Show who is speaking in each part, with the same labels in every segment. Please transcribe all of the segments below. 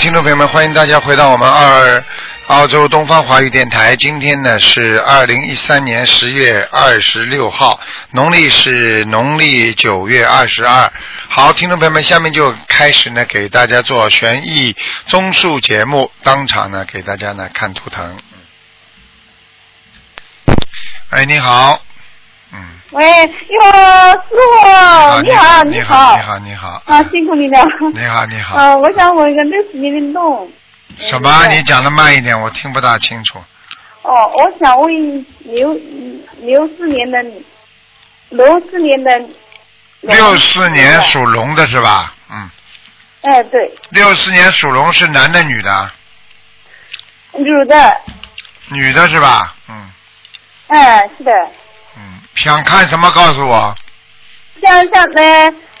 Speaker 1: 听众朋友们，欢迎大家回到我们二澳洲东方华语电台。今天呢是二零一三年十月二十六号，农历是农历九月二十二。好，听众朋友们，下面就开始呢给大家做悬疑综述节目，当场呢给大家呢看图腾。嗯哎，你好，嗯，
Speaker 2: 喂，哟，师
Speaker 3: 哦
Speaker 2: 傅，
Speaker 1: 你
Speaker 2: 好，
Speaker 1: 啊你
Speaker 2: 好
Speaker 1: 你，好，你好，
Speaker 2: 啊，辛苦你了。
Speaker 1: 你好，你好，
Speaker 2: 啊，我想问一个六十年的龙。
Speaker 1: 什么？
Speaker 2: 嗯
Speaker 1: 你讲的慢一点，我听不大清楚。
Speaker 2: 哦，我想问六六四年的六四年的龙
Speaker 1: 六四年。属龙的是吧？嗯，
Speaker 2: 哎，对，
Speaker 1: 六四年属龙是男的女的？
Speaker 2: 女的，
Speaker 1: 女的是吧？嗯
Speaker 2: 哎，是的。
Speaker 1: 嗯，想看什么告诉我？
Speaker 2: 想想呢，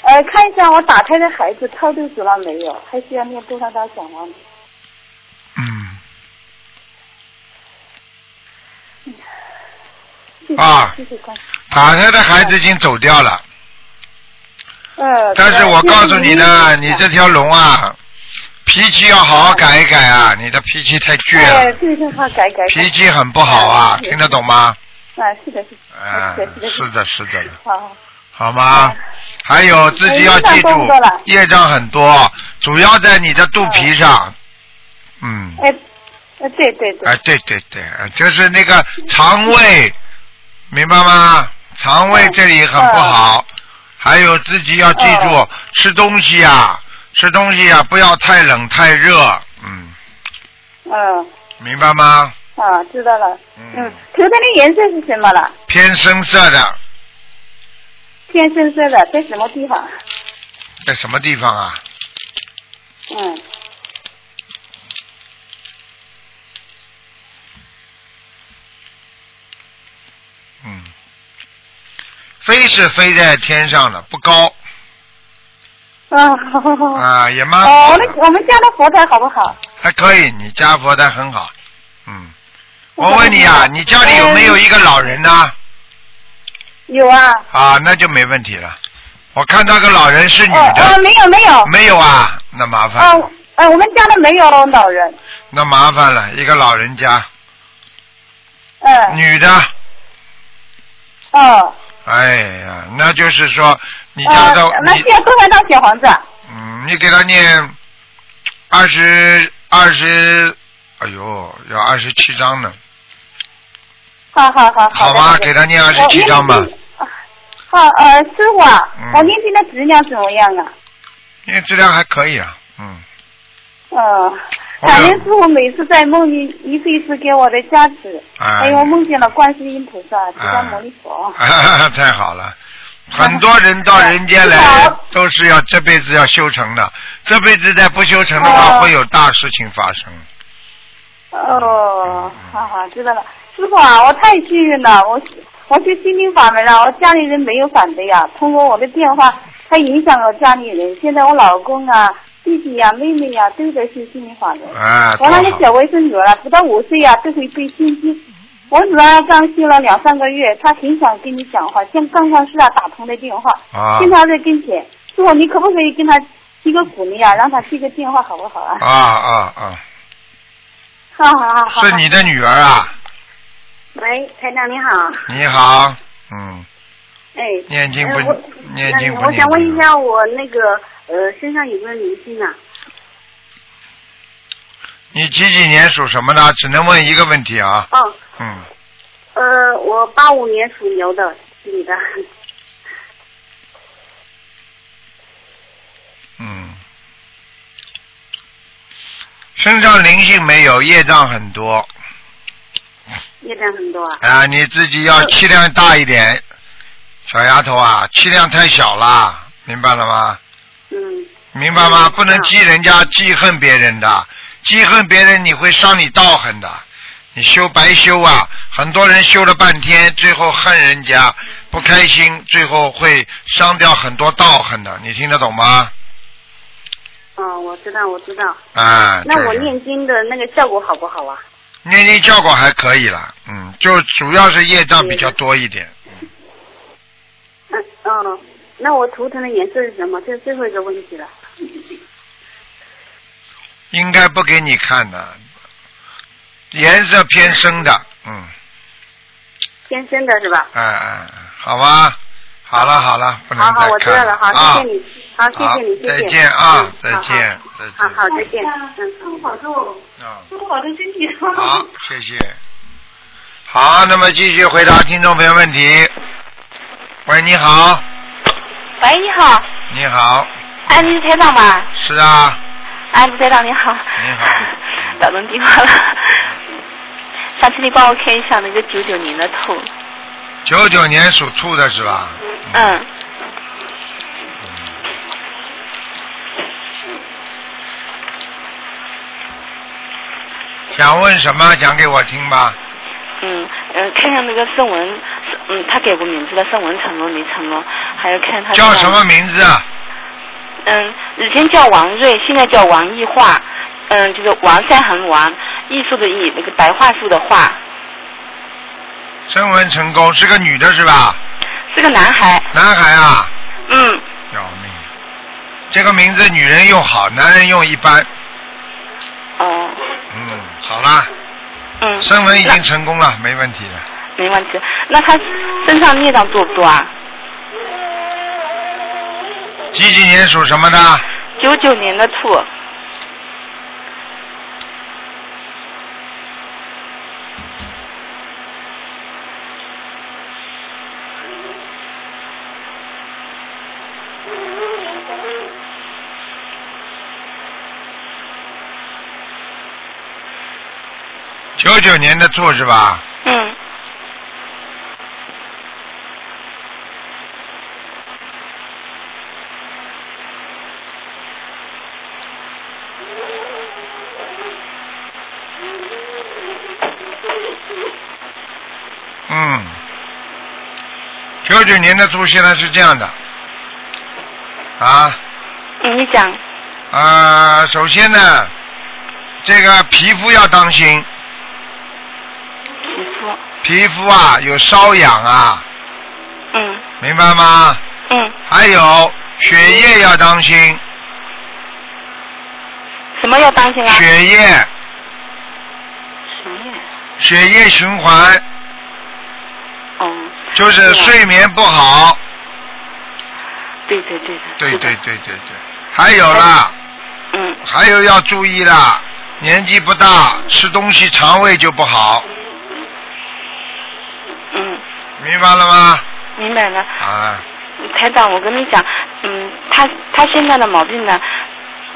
Speaker 2: 呃，看一下我打胎的孩子超度走了没有？还需要念多少张小王？
Speaker 1: 嗯
Speaker 2: 谢谢
Speaker 1: 啊
Speaker 2: 谢谢关心。
Speaker 1: 打胎的孩子已经走掉了，
Speaker 2: 嗯。
Speaker 1: 但是我
Speaker 2: 对
Speaker 1: 告诉你呢，你这
Speaker 2: 谢谢
Speaker 1: 条龙啊，脾气要好好改一改啊，你的脾气太倔
Speaker 2: 哎，
Speaker 1: 了，
Speaker 2: 这个正好改改改。
Speaker 1: 脾气很不好啊，听得懂吗？
Speaker 2: 啊，是的，是的，
Speaker 1: 嗯
Speaker 2: 是的，，
Speaker 1: 是
Speaker 2: 的，
Speaker 1: 的，是的。
Speaker 2: 好，
Speaker 1: 好吗？还有自己要记住
Speaker 2: 哎业障多了，
Speaker 1: 业障很多，主要在你的肚皮上。嗯，
Speaker 2: 哎，哎，对对对，
Speaker 1: 哎，对对对，就是那个肠胃，明白吗？肠胃这里很不好，还有自己要记住
Speaker 2: 嗯
Speaker 1: 吃东西呀，吃东西呀，啊不要太冷太热，嗯，
Speaker 2: 嗯，
Speaker 1: 明白吗？
Speaker 2: 啊，知道了，
Speaker 1: 嗯
Speaker 2: 嗯，头灯的颜色是什么了？
Speaker 1: 偏深色的，
Speaker 2: 偏深色的，在什么地方？
Speaker 1: 在什么地方啊？
Speaker 2: 嗯，
Speaker 1: 嗯，飞是飞在天上的，不高。
Speaker 2: 啊，好好好，
Speaker 1: 啊，也蛮
Speaker 2: 哦，
Speaker 1: 好
Speaker 2: 我
Speaker 1: 的
Speaker 2: 们我们家的佛台好不好？
Speaker 1: 还可以，你家佛台很好，嗯。
Speaker 2: 我
Speaker 1: 我问你啊，
Speaker 2: 看看
Speaker 1: 你家里有没有一个老人呢？
Speaker 2: 有啊，
Speaker 1: 啊，那就没问题了。我看那个老人是女
Speaker 2: 哦哦，
Speaker 1: 的，
Speaker 2: 没有没有，
Speaker 1: 没有啊，那麻烦，
Speaker 2: 啊，哎，我们家的没有老人，
Speaker 1: 那麻烦了，一个老人家，
Speaker 2: 嗯，
Speaker 1: 女的，
Speaker 3: 啊
Speaker 2: 哦，
Speaker 1: 哎呀，那就是说你家
Speaker 2: 啊
Speaker 1: 的，
Speaker 2: 那
Speaker 1: 你
Speaker 2: 需要多少张小房子啊？
Speaker 1: 嗯，你给他念二十二十，哎呦，要二十七章呢，
Speaker 2: 好好好好
Speaker 1: 好啊
Speaker 2: 的哎
Speaker 1: 吧，
Speaker 2: 的
Speaker 1: 给他念二十七章吧
Speaker 2: 我念。经好，呃，师傅啊，
Speaker 1: 嗯
Speaker 2: 我念经的质量怎么样啊？
Speaker 1: 因为质量还可以啊，嗯，
Speaker 2: 嗯，
Speaker 1: 好的
Speaker 2: 感恩师傅每次在梦里一次一次给我的加持，
Speaker 1: 啊、
Speaker 2: 还有哎我梦见了观世音菩萨、释迦
Speaker 1: 啊
Speaker 2: 牟尼佛。
Speaker 1: 啊， 太好了！很多人到人间来都是要这辈子要修成的，这辈子再不修成的话，
Speaker 2: 哦
Speaker 1: 会有大事情发生。
Speaker 2: 哦，好好知道了，师傅啊，我太幸运了，我我去心灵法门了，我家里人没有反对呀、啊通过我的电话，他影响了家里人，现在我老公啊、弟弟呀、妹妹呀、都在修心灵法门。
Speaker 1: 啊，多
Speaker 2: 我那个
Speaker 1: 好！
Speaker 2: 小外甥女儿啊，不到五岁啊，都会背心经。我女儿刚修了两三个月，她很想跟你讲话，像刚刚是啊打通的电话，
Speaker 1: 啊
Speaker 2: 经常在跟前。师傅，你可不可以跟她提个鼓励啊，让她接个电话好不好啊？
Speaker 1: 啊啊啊！
Speaker 2: 好好好好。
Speaker 1: 是你的女儿啊？
Speaker 3: 喂，台长你好，
Speaker 1: 你好，嗯，
Speaker 3: 哎，
Speaker 1: 念经不
Speaker 3: 呃我
Speaker 1: 念经
Speaker 3: 嗯
Speaker 1: 不
Speaker 3: 我
Speaker 1: 念
Speaker 3: 想问一
Speaker 1: 经？
Speaker 3: 下，我那个呃身上有没有灵性啊？
Speaker 1: 你几几年属什么的？只能问一个问题啊。
Speaker 3: 哦，
Speaker 1: 嗯，
Speaker 3: 呃，我八五年属牛的，女的，
Speaker 1: 嗯，身上灵性没有，业障很多
Speaker 3: 业障很多啊。
Speaker 1: 啊，你自己要气量大一
Speaker 3: 呃
Speaker 1: 点，小丫头啊，气量太小了，明白了吗？
Speaker 3: 嗯，
Speaker 1: 明白吗？
Speaker 3: 嗯
Speaker 1: 不能记人家，记恨别人的，记恨别人你会伤你道行的，你修白修啊！很多人修了半天，最后恨人家，不开心，最后会伤掉很多道行的，你听得懂吗？
Speaker 3: 哦，我知道，我知道。
Speaker 1: 啊，
Speaker 3: 那
Speaker 1: 这
Speaker 3: 我
Speaker 1: 是
Speaker 3: 念经的那个效果好不好啊？
Speaker 1: 念经效果还可以啦，嗯，就主要是业障比较多一点。
Speaker 3: 嗯，哦，那我图腾的颜色是什么？这是最后一个问题了。
Speaker 1: 应该不给你看的，颜色偏深的，嗯，
Speaker 3: 天生的是吧？
Speaker 1: 哎哎，哎好吧，好了好了，不能
Speaker 3: 好
Speaker 1: 再看
Speaker 3: 好，我知道了，
Speaker 1: 啊
Speaker 3: 好，谢谢你，好，谢谢你，谢
Speaker 1: 再
Speaker 3: 谢。
Speaker 1: 见啊
Speaker 3: 嗯，
Speaker 1: 再
Speaker 3: 好好
Speaker 1: 见，再
Speaker 3: 好
Speaker 1: 见，
Speaker 3: 好，再见。嗯。
Speaker 2: 祝保重，
Speaker 1: 啊。
Speaker 2: 祝保重身体。
Speaker 1: 好，谢谢。好，那么继续回答听众朋友问题。喂，你好，
Speaker 4: 喂，你好，
Speaker 1: 你好，
Speaker 4: 哎，你是台长吧？
Speaker 1: 是啊，
Speaker 4: 哎，卢台长你好。
Speaker 1: 你好。嗯
Speaker 4: 打通电话了，想请你帮我看一下那个九九年的兔。
Speaker 1: 九九年属兔的是吧？
Speaker 4: 嗯，
Speaker 1: 想问什么？讲给我听吧。
Speaker 4: 嗯，呃，看看那个盛文，嗯，他改过名字了，盛文成了没成了？还要看他
Speaker 1: 叫什么？名字啊？
Speaker 4: 嗯，以前叫王瑞，现在叫王艺化，嗯，就是王三横王，艺术的艺，那个白桦树的桦，
Speaker 1: 征文成功是个女的是吧？
Speaker 4: 是个男孩。
Speaker 1: 男孩啊，
Speaker 4: 嗯，
Speaker 1: 要命！这个名字女人用好，男人用一般。
Speaker 4: 哦，
Speaker 1: 嗯，好啦，
Speaker 4: 嗯。
Speaker 1: 声纹已
Speaker 4: 那
Speaker 1: 经成功了，没问题了。
Speaker 4: 没问题。那他身上孽障多不多啊？
Speaker 1: 几几年属什么的？
Speaker 4: 九九年的兔，
Speaker 1: 九九年的兔是吧？
Speaker 4: 嗯，
Speaker 1: 嗯，九九年的猪现在是这样的，啊
Speaker 4: 嗯，你讲，
Speaker 1: 呃，首先呢，这个皮肤要当心，
Speaker 4: 皮肤，
Speaker 1: 皮肤啊有瘙痒啊，
Speaker 4: 嗯
Speaker 1: 明白吗？
Speaker 4: 嗯，
Speaker 1: 还有血液要当心，
Speaker 4: 什么要当心啊？
Speaker 1: 血液
Speaker 4: 什么呀？
Speaker 1: 血液循环
Speaker 4: 哦，
Speaker 1: 就是睡眠不好，
Speaker 4: 对对对的，
Speaker 1: 对
Speaker 4: 是的
Speaker 1: 对，对对对，还有啦，
Speaker 4: 嗯
Speaker 1: 还有要注意啦，年纪不大吃东西肠胃就不好，
Speaker 4: 嗯，
Speaker 1: 明白了吗？
Speaker 4: 明白了。
Speaker 1: 啊，
Speaker 4: 台长，我跟你讲，嗯，他他现在的毛病呢，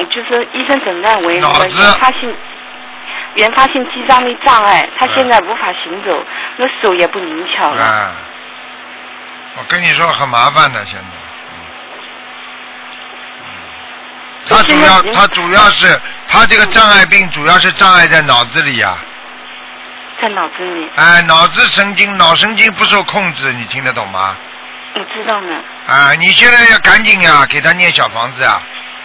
Speaker 4: 就是医生诊断为
Speaker 1: 脑
Speaker 4: 那个
Speaker 1: 子
Speaker 4: 原发性原发性肌张力障碍，他现在无法行走，那手也不灵巧了。
Speaker 1: 啊，我跟你说很麻烦的现在。嗯他主要他主要是他这个障碍病主要是障碍在脑子里呀、
Speaker 4: 在脑子里，
Speaker 1: 哎，脑子神经脑神经不受控制，你听得懂吗？
Speaker 4: 我知道呢。
Speaker 1: 啊，你现在要赶紧呀、给他念小房子啊，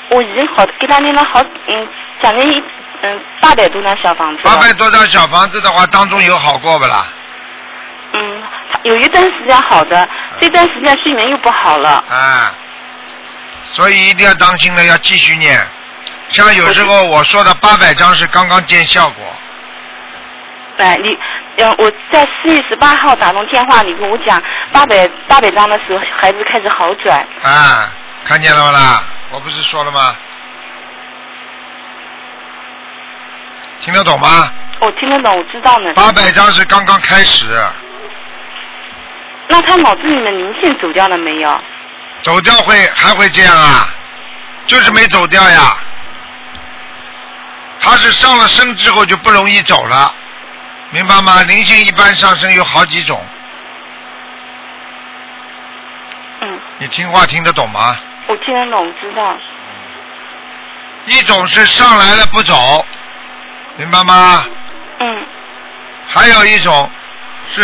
Speaker 4: 我已经好给他念了好，嗯，讲了一嗯八百多张小房子了。
Speaker 1: 八百多张小房子的话，当中有好过不啦？
Speaker 4: 嗯，有一段时间好的，这段时间睡眠又不好了。
Speaker 1: 啊，所以一定要当心了，要继续念。像有时候我说的八百张是刚刚见效果，
Speaker 4: 哎，你，呃，我在四月十八号打通电话，你跟我讲八百八百张的时候，孩子开始好转。
Speaker 1: 啊，看见了吗啦？我不是说了吗？听得懂吗？
Speaker 4: 我听得懂，我知道呢。
Speaker 1: 八百张是刚刚开始，
Speaker 4: 那他脑子里面灵性走掉了没有？
Speaker 1: 走掉会还会这样啊？就是没走掉呀。他是上了升之后就不容易走了，明白吗？灵性一般上升有好几种，
Speaker 4: 嗯，
Speaker 1: 你听话听得懂吗？
Speaker 4: 我听得懂，我知道。
Speaker 1: 一种是上来了不走，明白吗？
Speaker 4: 嗯，
Speaker 1: 还有一种是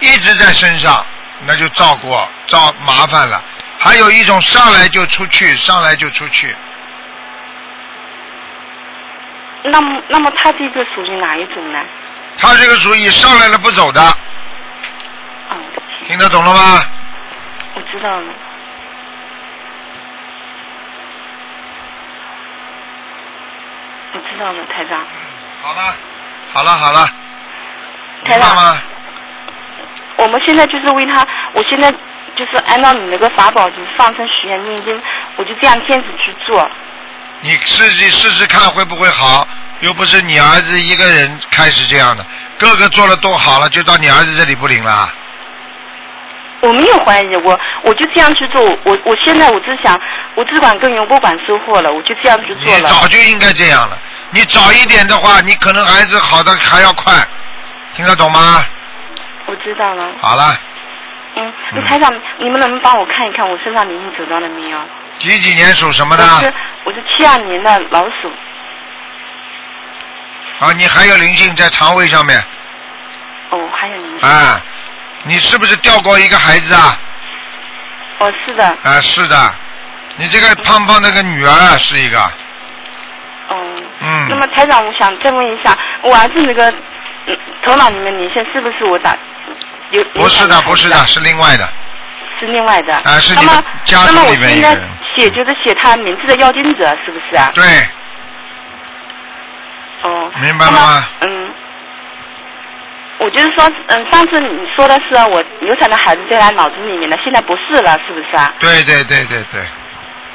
Speaker 1: 一直在身上，那就照顾照麻烦了。还有一种上来就出去，上来就出去，
Speaker 4: 那么那么他这个属于哪一种呢？
Speaker 1: 他这个属于上来了不走的，
Speaker 4: 哦，
Speaker 1: 听得懂了吗？
Speaker 4: 我知道了。知道的，台长。
Speaker 1: 好了，好了，好了，
Speaker 4: 台
Speaker 1: 明白
Speaker 4: 长
Speaker 1: 吗？
Speaker 4: 我们现在就是为他，我现在就是按照你那个法宝，就是放生、许愿、念经，我就这样坚持去做。
Speaker 1: 你试试试试看会不会好，又不是你儿子一个人开始这样的，哥哥做了都好了，就到你儿子这里不灵了。啊
Speaker 4: 我没有怀疑，我我就这样去做。我我现在我只想，我只管耕耘，不管收获了，我就这样去做
Speaker 1: 你
Speaker 4: 了。
Speaker 1: 早就应该这样了，你早一点的话，你可能孩子好的还要快，听得懂吗？
Speaker 4: 我知道了，
Speaker 1: 好了，
Speaker 4: 嗯，
Speaker 1: 嗯
Speaker 4: 那台长，你们能不能帮我看一看我身上灵性走到了没有？
Speaker 1: 几几年属什么
Speaker 4: 我
Speaker 1: 的
Speaker 4: 是？我是七二年的老鼠，
Speaker 1: 啊，你还有灵性在肠胃上面
Speaker 4: 哦，还有灵性，
Speaker 1: 啊，你是不是掉过一个孩子啊？
Speaker 4: 哦，是的，
Speaker 1: 啊，是的，你这个胖胖那个女儿啊是一个，
Speaker 4: 哦。
Speaker 1: 嗯，
Speaker 4: 那么台长，我想再问一下，我儿子那个、嗯、头脑里面连线是不是我打有？有
Speaker 1: 不是的，不是的，是另外的，
Speaker 4: 是另外的。
Speaker 1: 啊是
Speaker 4: 那
Speaker 1: 你们
Speaker 4: 么
Speaker 1: 家族
Speaker 4: 那么我
Speaker 1: 里面
Speaker 4: 应
Speaker 1: 一个
Speaker 4: 该
Speaker 1: 人
Speaker 4: 写就是写他名字的要经者，是不是啊？
Speaker 1: 对，
Speaker 4: 哦。
Speaker 1: 明白了吗
Speaker 4: 那么？嗯。我就是说，嗯，上次你说的是我流产的孩子在他脑子里面的，现在不是了，是不是啊？
Speaker 1: 对对对对对，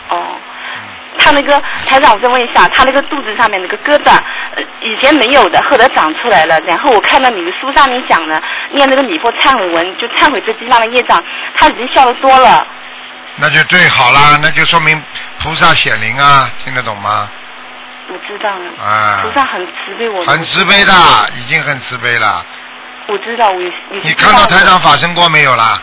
Speaker 4: 哦。
Speaker 1: 嗯
Speaker 4: 他那个台长，我再问一下，他那个肚子上面那个疙瘩，呃以前没有的，后来长出来了。然后我看到你的书上面讲的，念那个礼佛忏悔文，就忏悔这地上的业障，他已经消得多了。
Speaker 1: 那就最好啦，那就说明菩萨显灵啊，听得懂吗？
Speaker 4: 我知道了，
Speaker 1: 啊
Speaker 4: 菩萨很慈悲我。
Speaker 1: 很慈悲的，已经很慈悲了。
Speaker 4: 我哎知道，我有有
Speaker 1: 你看到台长？法身光没有啦？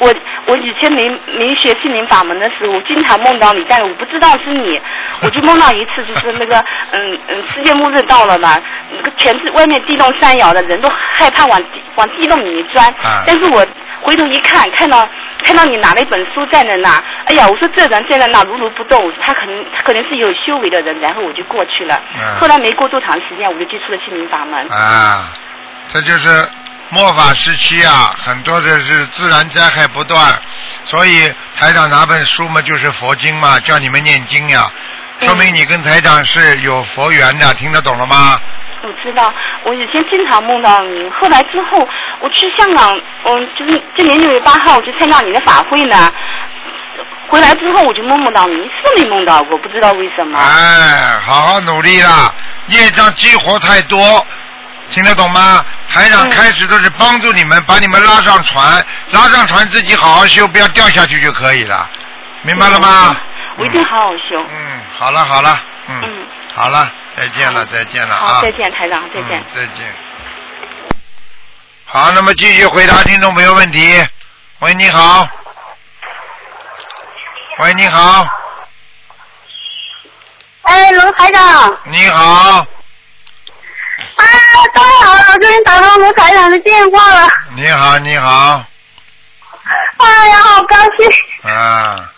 Speaker 4: 我我以前没没学心灵法门的时候，我经常梦到你，但是我不知道是你，我就梦到一次，就是那个嗯嗯，世界末日到了嘛，那个全是外面地动山摇的，人都害怕往地往地洞里面钻，
Speaker 1: 啊
Speaker 4: 但是我回头一看，看到看到你拿了一本书站在那，哎呀，我说这人站在那如如不动，我说他可能他可能是有修为的人，然后我就过去了，
Speaker 1: 嗯
Speaker 4: 后来没过多长时间，我就接触了心灵法门，
Speaker 1: 啊，这就是末法时期啊，很多的是自然灾害不断，所以台长拿本书嘛，就是佛经嘛，叫你们念经呀、
Speaker 4: 嗯
Speaker 1: 说明你跟台长是有佛缘的，听得懂了吗？
Speaker 4: 我知道，我以前经常梦到你，后来之后我去香港，嗯，就是今年六月八号我去参加你的法会呢，回来之后我就梦梦到你，一次都没梦到过，不知道为什么。
Speaker 1: 哎，好好努力啦！业障激活太多，听得懂吗？台长
Speaker 4: 嗯
Speaker 1: 开始都是帮助你们，把你们拉上船，拉上船自己好好修，不要掉下去就可以了，明白了吗？
Speaker 4: 我一定好好修。
Speaker 1: 嗯，好了好了，嗯，
Speaker 4: 嗯
Speaker 1: 好了，再见了再见了啊，
Speaker 4: 好，再见，台长，再见
Speaker 1: 嗯。再见。好，那么继续回答听众朋友问题。喂，你好。喂，你好，
Speaker 3: 哎，卢台长，啊，
Speaker 1: 你好，
Speaker 3: 太好啊了，我终于打通卢台长的电话了，
Speaker 1: 你好，你好，
Speaker 3: 哎呀，好高兴！
Speaker 1: 啊，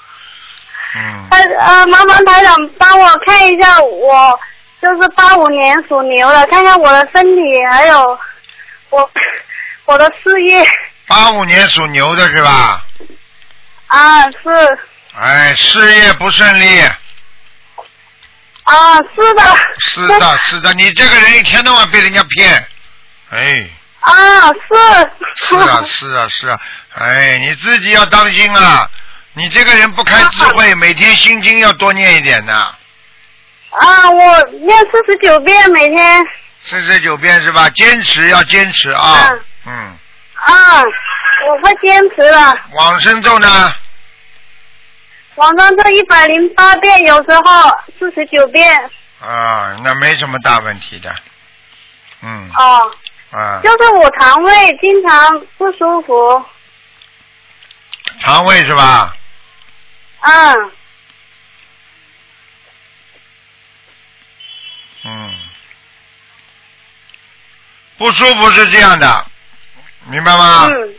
Speaker 1: 嗯，
Speaker 3: 呃呃，麻烦台长帮我看一下我，就是八五年属牛的，看看我的身体还有我我的事业
Speaker 1: 八五年属牛的是吧？
Speaker 3: 啊，是
Speaker 1: 哎，事业不顺利，
Speaker 3: 啊，是的，
Speaker 1: 是的，是的，你这个人一天到晚被人家骗，哎。
Speaker 3: 啊，是
Speaker 1: 是啊，是啊，是啊，哎，你自己要当心啊！你这个人不开智慧，每天心经要多念一点的，
Speaker 3: 啊，我念四十九遍每天，
Speaker 1: 四十九遍是吧？坚持要坚持啊！嗯，
Speaker 3: 啊，我会坚持的。
Speaker 1: 往生咒呢？
Speaker 3: 网上这一百零八遍，有时候四十九遍，
Speaker 1: 啊，那没什么大问题的。嗯
Speaker 3: 哦，
Speaker 1: 啊，
Speaker 3: 就是我肠胃经常不舒服，
Speaker 1: 肠胃是吧？
Speaker 3: 嗯，
Speaker 1: 嗯，不舒服是这样的，明白吗？
Speaker 3: 嗯，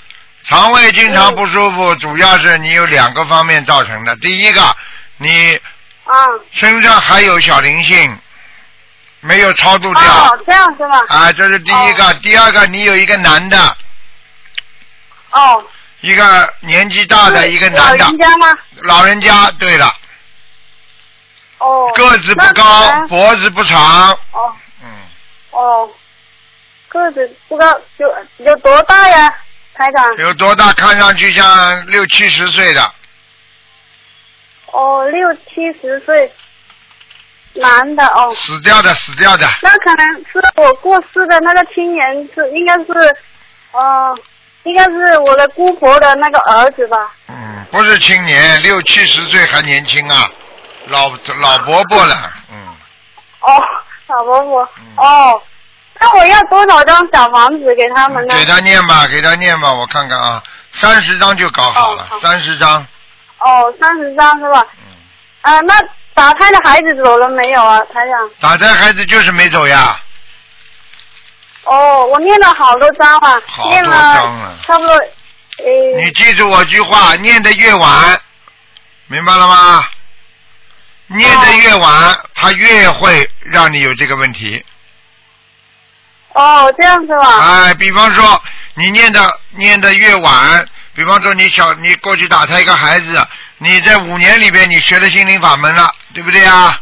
Speaker 1: 肠胃经常不舒服，主要是你有两个方面造成的。第一个，你
Speaker 3: 啊，
Speaker 1: 身上还有小灵性，没有超度掉、
Speaker 3: 哦，这样是吧？
Speaker 1: 哎啊，这是第一个。第二个，你有一个男的，
Speaker 3: 哦，
Speaker 1: 一个年纪大的
Speaker 3: 是
Speaker 1: 一个男的
Speaker 3: 老人家吗？
Speaker 1: 老人家。对了，
Speaker 3: 哦。
Speaker 1: 个子不
Speaker 3: 那
Speaker 1: 高，
Speaker 3: 本来
Speaker 1: 脖子不长，
Speaker 3: 哦
Speaker 1: 嗯，
Speaker 3: 哦，个子不高，有有多大呀，台长？
Speaker 1: 有多大？看上去像六七十岁的，
Speaker 3: 哦，六七十岁，男的哦。
Speaker 1: 死掉的，死掉的，
Speaker 3: 那可能是我过世的那个亲人是，应该是，呃，应该是我的姑婆的那个儿子吧？
Speaker 1: 嗯，不是青年，六七十岁还年轻啊，老老伯伯了，嗯，
Speaker 3: 哦，老伯伯
Speaker 1: 嗯，
Speaker 3: 哦，那我要多少张小房子给他们呢？
Speaker 1: 给他念吧，给他念吧，我看看啊，三十张就搞好了
Speaker 3: 哦好，
Speaker 1: 三十张，
Speaker 3: 哦，三十张是吧？
Speaker 1: 嗯，
Speaker 3: 啊、那打胎的孩子走了没有啊，台长？
Speaker 1: 打胎孩子就是没走呀，
Speaker 3: 哦，我念了好多张啊，
Speaker 1: 好多
Speaker 3: 念
Speaker 1: 张啊
Speaker 3: 了差不多，诶、
Speaker 1: 你记住我句话，念得越晚，明白了
Speaker 3: 哦
Speaker 1: 吗？念得越晚，他越会让你有这个问题。
Speaker 3: 哦，这样是吧？
Speaker 1: 哎，比方说你念的念的越晚，比方说你小你过去打胎一个孩子，你在五年里边你学了心灵法门了，对不对啊？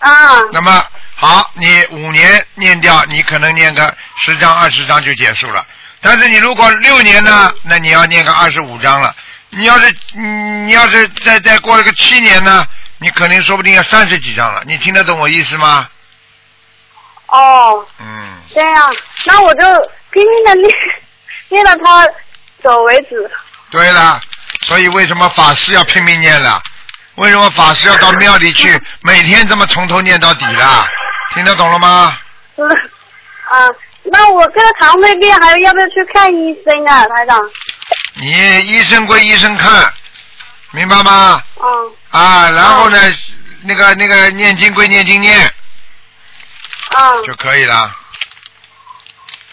Speaker 3: 啊，
Speaker 1: 那么好，你五年念掉，你可能念个十章二十章就结束了。但是你如果六年呢，那你要念个二十五章了。你要是嗯你要是再再过了个七年呢，你肯定说不定要三十几章了。你听得懂我意思吗？
Speaker 3: 哦，
Speaker 1: 嗯，
Speaker 3: 这样，那我就拼命的念，念到他走为止。
Speaker 1: 对了，所以为什么法师要拼命念了？为什么法师要到庙里去，每天这么从头念到底啦？听得懂了吗？
Speaker 3: 是嗯啊，那我这个糖尿病还要不要去看医生啊，台长？
Speaker 1: 你医生归医生看，明白吗？
Speaker 3: 嗯
Speaker 1: 啊，然后呢，那个那个念经归念经念
Speaker 3: 啊
Speaker 1: 就可以了，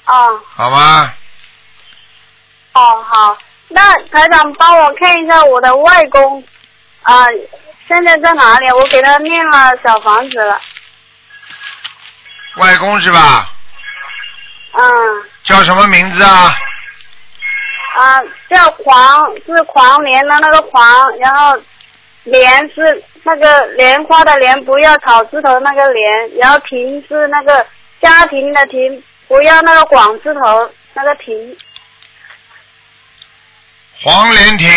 Speaker 3: 啊
Speaker 1: 好吗？
Speaker 3: 哦好，那台长帮我看一下我的外公啊，现在在哪里？我给他念了小房子了。
Speaker 1: 外公是吧？
Speaker 3: 嗯
Speaker 1: 叫什么名字啊？
Speaker 3: 啊，叫黄是黄连的那个黄，然后莲是那个莲花的莲，不要草字头那个莲，然后亭是那个家庭的庭，不要那个广字头那个亭。
Speaker 1: 黄连亭，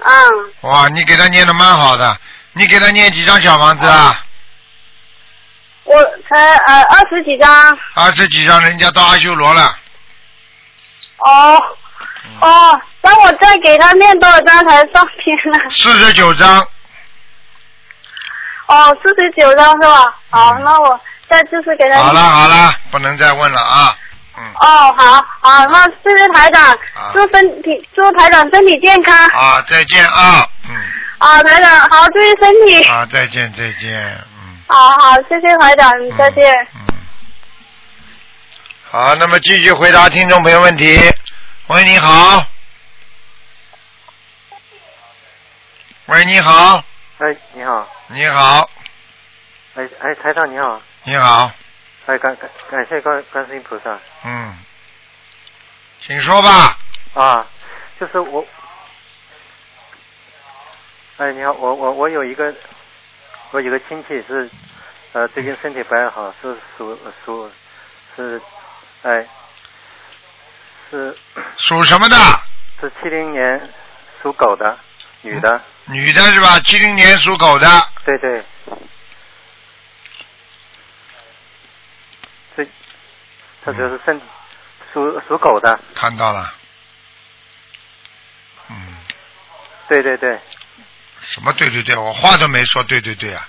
Speaker 3: 嗯，
Speaker 1: 哇，你给他念的蛮好的，你给他念几张小房子啊？
Speaker 3: 我才呃二十几张。
Speaker 1: 二十啊几张，人家到阿修罗了，
Speaker 3: 哦
Speaker 1: 嗯
Speaker 3: 哦，那我再给他念多少张才上天呢？
Speaker 1: 四十九张，
Speaker 3: 哦，四十九张是吧？好，那我再继续给他念。
Speaker 1: 嗯好了好了，不能再问了啊，嗯，
Speaker 3: 哦，好，好，那谢谢台长
Speaker 1: 啊，
Speaker 3: 祝身体，祝台长身体健康。
Speaker 1: 啊，再见啊，嗯，
Speaker 3: 啊，台长，好，注意身体。
Speaker 1: 啊，再见再见，嗯。
Speaker 3: 好好，谢谢台长，再见。
Speaker 1: 嗯。嗯好，那么继续回答听众朋友问题。喂，你好。喂，你好，
Speaker 5: 哎，你好，
Speaker 1: 你好，
Speaker 5: 哎哎，台长你好，
Speaker 1: 你好，
Speaker 5: 哎感感感谢观观世音菩萨
Speaker 1: 嗯，请说吧。
Speaker 5: 啊，就是我，哎你好，我我我有一个，我有个亲戚是，呃最近身体不太好，是属属是，哎，是
Speaker 1: 属什么的？
Speaker 5: 是七零年属狗的女的，
Speaker 1: 女的是吧？七零年属狗的，
Speaker 5: 对对，这她就是身体属属狗的。
Speaker 1: 看到了。嗯，
Speaker 5: 对对对，
Speaker 1: 什么对对对，我话都没说，对对对啊，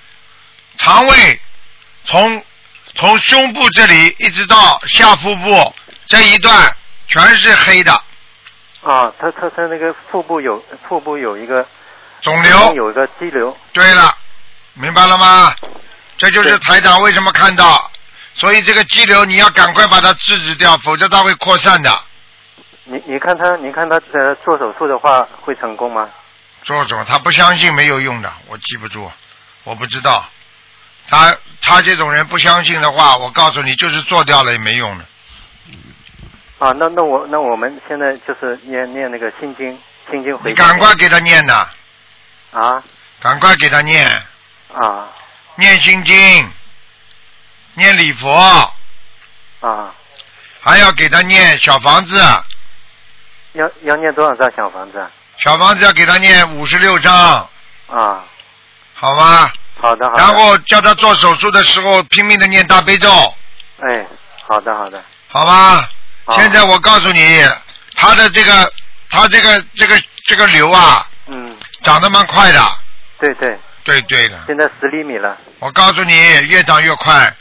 Speaker 1: 肠胃从从胸部这里一直到下腹部这一段全是黑的
Speaker 5: 啊，他他他那个腹部有腹部有一个
Speaker 1: 肿瘤。
Speaker 5: 有一个肌瘤，
Speaker 1: 对了，明白了吗？这就是
Speaker 5: 对
Speaker 1: 台长为什么看到，所以这个肌瘤你要赶快把它制止掉，否则它会扩散的。
Speaker 5: 你你看他你看他呃做手术的话会成功吗？
Speaker 1: 周总他不相信没有用的，我记不住，我不知道。他他这种人不相信的话，我告诉你，就是做掉了也没用的。
Speaker 5: 啊，那那我那我们现在就是念念那个心经，心经回
Speaker 1: 你赶
Speaker 5: 向
Speaker 1: 快给他念呐、
Speaker 5: 啊，
Speaker 1: 赶快给他念，
Speaker 5: 啊
Speaker 1: 念心经，念礼佛，
Speaker 5: 啊，
Speaker 1: 还要给他念小房子，
Speaker 5: 要要念多少张小房子啊？
Speaker 1: 小房子要给他念五十六章，
Speaker 5: 啊，
Speaker 1: 好吗？
Speaker 5: 好的好的。
Speaker 1: 然后叫他做手术的时候拼命的念大悲咒，
Speaker 5: 哎，好的好的。
Speaker 1: 好吗？
Speaker 5: 好
Speaker 1: 现在我告诉你，他的这个他这个这个这个瘤啊，
Speaker 5: 嗯，
Speaker 1: 长得蛮快的，
Speaker 5: 对对，
Speaker 1: 对对的。
Speaker 5: 现在十厘米了
Speaker 1: 我告诉你，越长越快。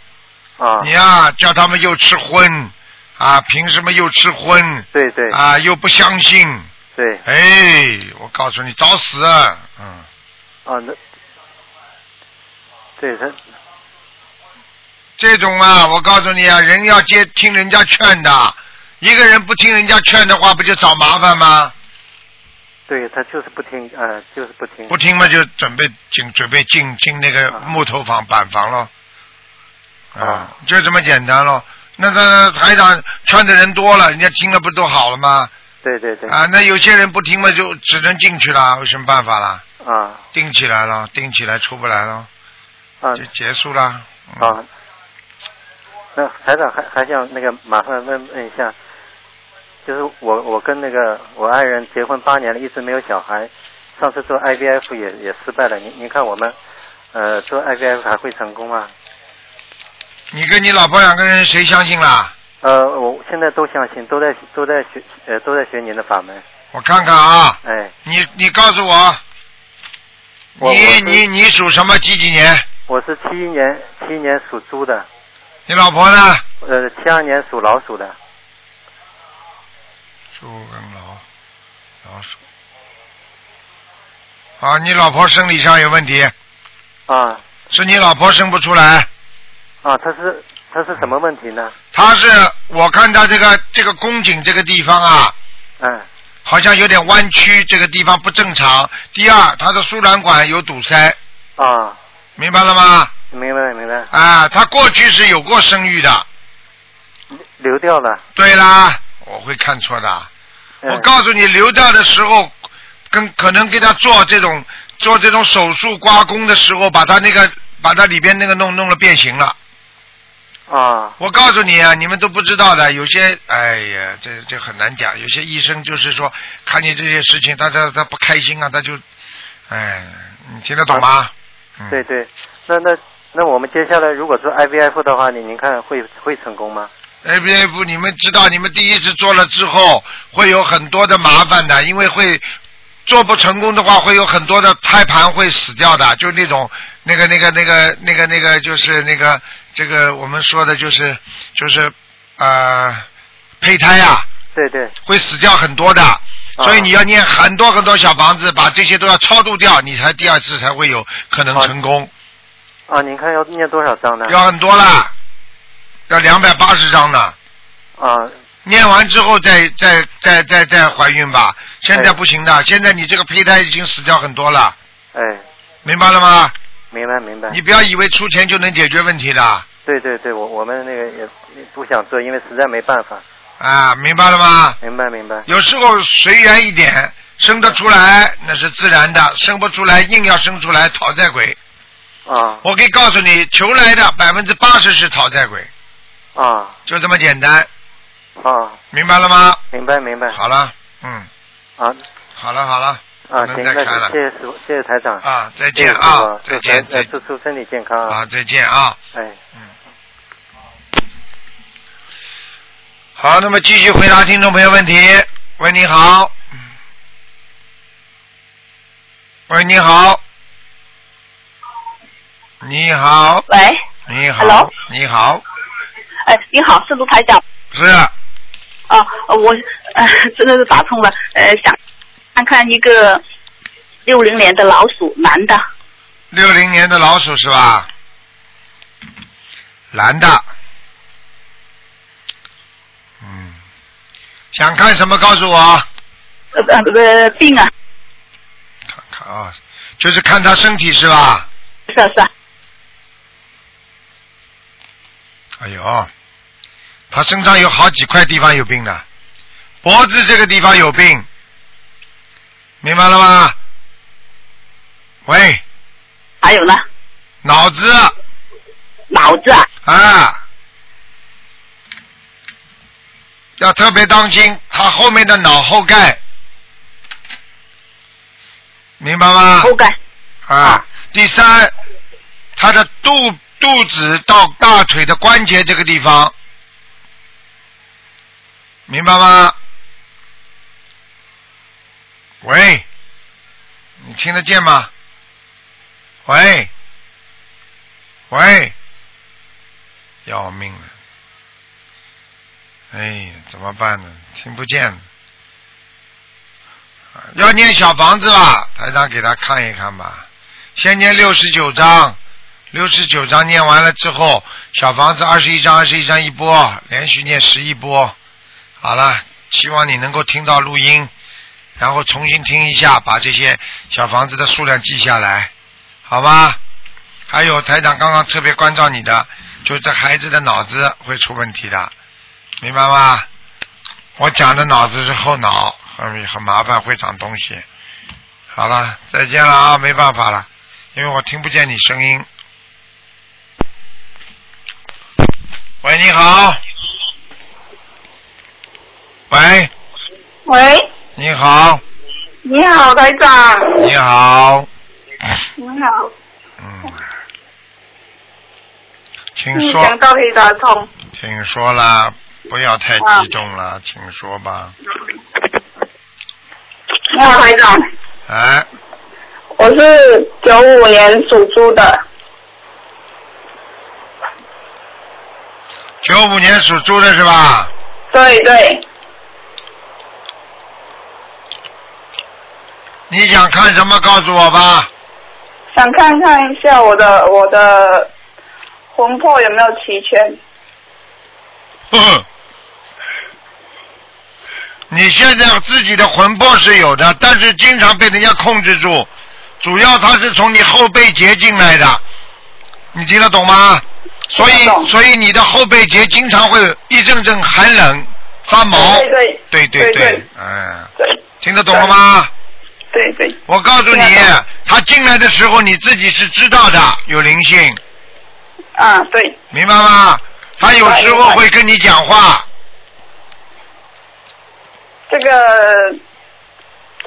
Speaker 5: 啊。
Speaker 1: 你啊，叫他们又吃荤，啊，凭什么又吃荤？
Speaker 5: 对对
Speaker 1: 啊，又不相信，
Speaker 5: 对
Speaker 1: 哎，我告诉你，找死啊！嗯，
Speaker 5: 啊那，对他
Speaker 1: 这种啊，我告诉你啊，人要接听人家劝的，一个人不听人家劝的话，不就找麻烦吗？
Speaker 5: 对他就是不听呃就是不听
Speaker 1: 不听嘛，就准备进准备进进那个木头房板房咯。啊
Speaker 5: 啊，
Speaker 1: 就这么简单咯。那个台长劝的人多了，人家听了不都好了吗？
Speaker 5: 对对对
Speaker 1: 啊，那有些人不听嘛，就只能进去了，有什么办法啦？
Speaker 5: 啊
Speaker 1: 钉起来了，钉起来出不来了，
Speaker 5: 啊
Speaker 1: 就结束了。嗯、
Speaker 5: 啊，那台长还还想那个麻烦问问一下，就是我我跟那个我爱人结婚八年了，一直没有小孩，上次做 IVF 也也失败了，您您看我们呃做 IVF 还会成功吗？
Speaker 1: 你跟你老婆两个人谁相信啦？
Speaker 5: 呃，我现在都相信，都在都在学呃都在学您的法门，
Speaker 1: 我看看啊，
Speaker 5: 哎，
Speaker 1: 你你告诉我，
Speaker 5: 我我
Speaker 1: 你
Speaker 5: 是
Speaker 1: 你你属什么几几年？
Speaker 5: 我是七一年七一年属猪的，
Speaker 1: 你老婆呢？
Speaker 5: 呃七二年属老鼠的，
Speaker 1: 猪跟老老鼠。啊，你老婆生理上有问题，
Speaker 5: 啊
Speaker 1: 是你老婆生不出来，
Speaker 5: 啊，他是他是什么问题呢？
Speaker 1: 她是我看她这个这个宫颈这个地方啊，
Speaker 5: 嗯
Speaker 1: 好像有点弯曲，这个地方不正常。第二，她的输卵管有堵塞，
Speaker 5: 啊，
Speaker 1: 明白了吗？
Speaker 5: 明白明白，
Speaker 1: 啊，她过去是有过生育的。
Speaker 5: 流掉了。
Speaker 1: 对啦，我会看错的。
Speaker 5: 嗯
Speaker 1: 我告诉你，流掉的时候，跟可能给他做这种做这种手术刮宫的时候，把他那个把他里边那个弄弄了变形了。
Speaker 5: 啊
Speaker 1: 我告诉你啊，你们都不知道的，有些哎呀，这这很难讲。有些医生就是说，看见这些事情，他他他不开心啊，他就，哎，你听得懂吗？嗯，
Speaker 5: 对对，那那那我们接下来如果做 IVF 的话，你您看会会成功吗？
Speaker 1: ABF，你哎们知道，你们第一次做了之后会有很多的麻烦的，因为会做不成功的话，会有很多的胎盘会死掉的，就那种那个那个那个那个那个，就是那个这个我们说的就是就是呃胚胎啊，
Speaker 5: 对对，
Speaker 1: 会死掉很多的。所以你要念很多很多小房子，把这些都要超度掉，你才第二次才会有可能成功，
Speaker 5: 啊，您看要念多少章呢？
Speaker 1: 要很多啦，要两百八十张呢。
Speaker 5: 啊
Speaker 1: 念完之后再再再再再怀孕吧，现在
Speaker 5: 哎
Speaker 1: 不行的，现在你这个胚胎已经死掉很多了，
Speaker 5: 哎，
Speaker 1: 明白了吗？
Speaker 5: 明白明白
Speaker 1: 你。不要以为出钱就能解决问题的
Speaker 5: 对对对，我我们那个也也不想做，因为实在没办法。
Speaker 1: 啊，明白了吗？
Speaker 5: 明白明白。
Speaker 1: 有时候随缘一点，生得出来那是自然的，生不出来硬要生出来讨债鬼。
Speaker 5: 啊
Speaker 1: 我可以告诉你，求来的百分之八十是讨债鬼，
Speaker 5: 啊
Speaker 1: 就这么简单，
Speaker 5: 啊，
Speaker 1: 明白了吗？
Speaker 5: 明白明白。
Speaker 1: 好了，嗯，
Speaker 5: 啊
Speaker 1: 好了好了，
Speaker 5: 啊，
Speaker 1: 不
Speaker 5: 行，
Speaker 1: 能再
Speaker 5: 那
Speaker 1: 看了
Speaker 5: 就谢谢师傅，谢谢台长。
Speaker 1: 啊，再
Speaker 5: 谢谢
Speaker 1: 见
Speaker 5: 师傅
Speaker 1: 啊
Speaker 5: 啊，，
Speaker 1: 再见
Speaker 5: 祝
Speaker 1: 再
Speaker 5: 祝祝身体健康
Speaker 1: 啊
Speaker 5: 啊！
Speaker 1: 再见啊。
Speaker 5: 哎，
Speaker 1: 好，那么继续回答听众朋友问题。喂，你好。喂，你好。你好，
Speaker 6: 喂，
Speaker 1: 你好
Speaker 6: Hello？
Speaker 1: 你好，
Speaker 6: 哎，你好，是卢台长。
Speaker 1: 是
Speaker 6: 哦，我呃真的是打通了，呃，想看看一个六零年的老鼠男的，
Speaker 1: 六零年的老鼠是吧？男的。嗯，想看什么告诉我，
Speaker 6: 呃呃呃病啊，
Speaker 1: 看看啊，就是看他身体是吧？
Speaker 6: 是啊是啊，
Speaker 1: 哎呦，他身上有好几块地方有病的，脖子这个地方有病，明白了吗？喂，
Speaker 7: 还有呢，
Speaker 1: 脑子
Speaker 7: 脑子啊，
Speaker 1: 啊，要特别当心，他后面的脑后盖，明白吗？
Speaker 7: 后盖
Speaker 1: 啊，第三，他的肚肚子到大腿的关节这个地方，明白吗？喂，你听得见吗？喂，喂，要命了！哎呀，怎么办呢？听不见了。啊要念小房子吧，台长给他看一看吧。先念六十九章，六十九章念完了之后，小房子二十一章，二十一章一波，连续念十一波。好了，希望你能够听到录音，然后重新听一下，把这些小房子的数量记下来，好吧？还有台长刚刚特别关照你的，就这孩子的脑子会出问题的，明白吗？我讲的脑子是后脑，很很麻烦，会长东西。好了，再见了啊，没办法了，因为我听不见你声音。喂，你好。喂，
Speaker 8: 喂，
Speaker 1: 你好，
Speaker 8: 你好，台长，
Speaker 1: 你好，
Speaker 8: 你好，
Speaker 1: 嗯，请
Speaker 8: 没想
Speaker 1: 嗯说，
Speaker 8: 到可以打通。
Speaker 1: 请说啦，不要太激动了，请说吧。
Speaker 8: 你好，台长，
Speaker 1: 哎，
Speaker 8: 我是九五年属猪的，
Speaker 1: 九五年属猪的是吧？
Speaker 8: 对对，
Speaker 1: 你想看什么？告诉我吧。
Speaker 8: 想看看一下我的我的魂魄有没有齐全。
Speaker 1: 哼， 你现在自己的魂魄是有的，但是经常被人家控制住，主要它是从你后背节进来的，你听得懂吗？所
Speaker 8: 听得
Speaker 1: 以，
Speaker 8: 懂
Speaker 1: 所以你的后背节经常会一阵阵寒冷、发毛。
Speaker 8: 对对
Speaker 1: 对
Speaker 8: 对对
Speaker 1: 嗯，
Speaker 8: 对
Speaker 1: 听得懂了吗？
Speaker 8: 对对，
Speaker 1: 我告诉你
Speaker 8: 听得懂，
Speaker 1: 他进来的时候你自己是知道的，有灵性，
Speaker 8: 啊对，
Speaker 1: 明白吗？他有时候会跟你讲话。
Speaker 8: 这个呃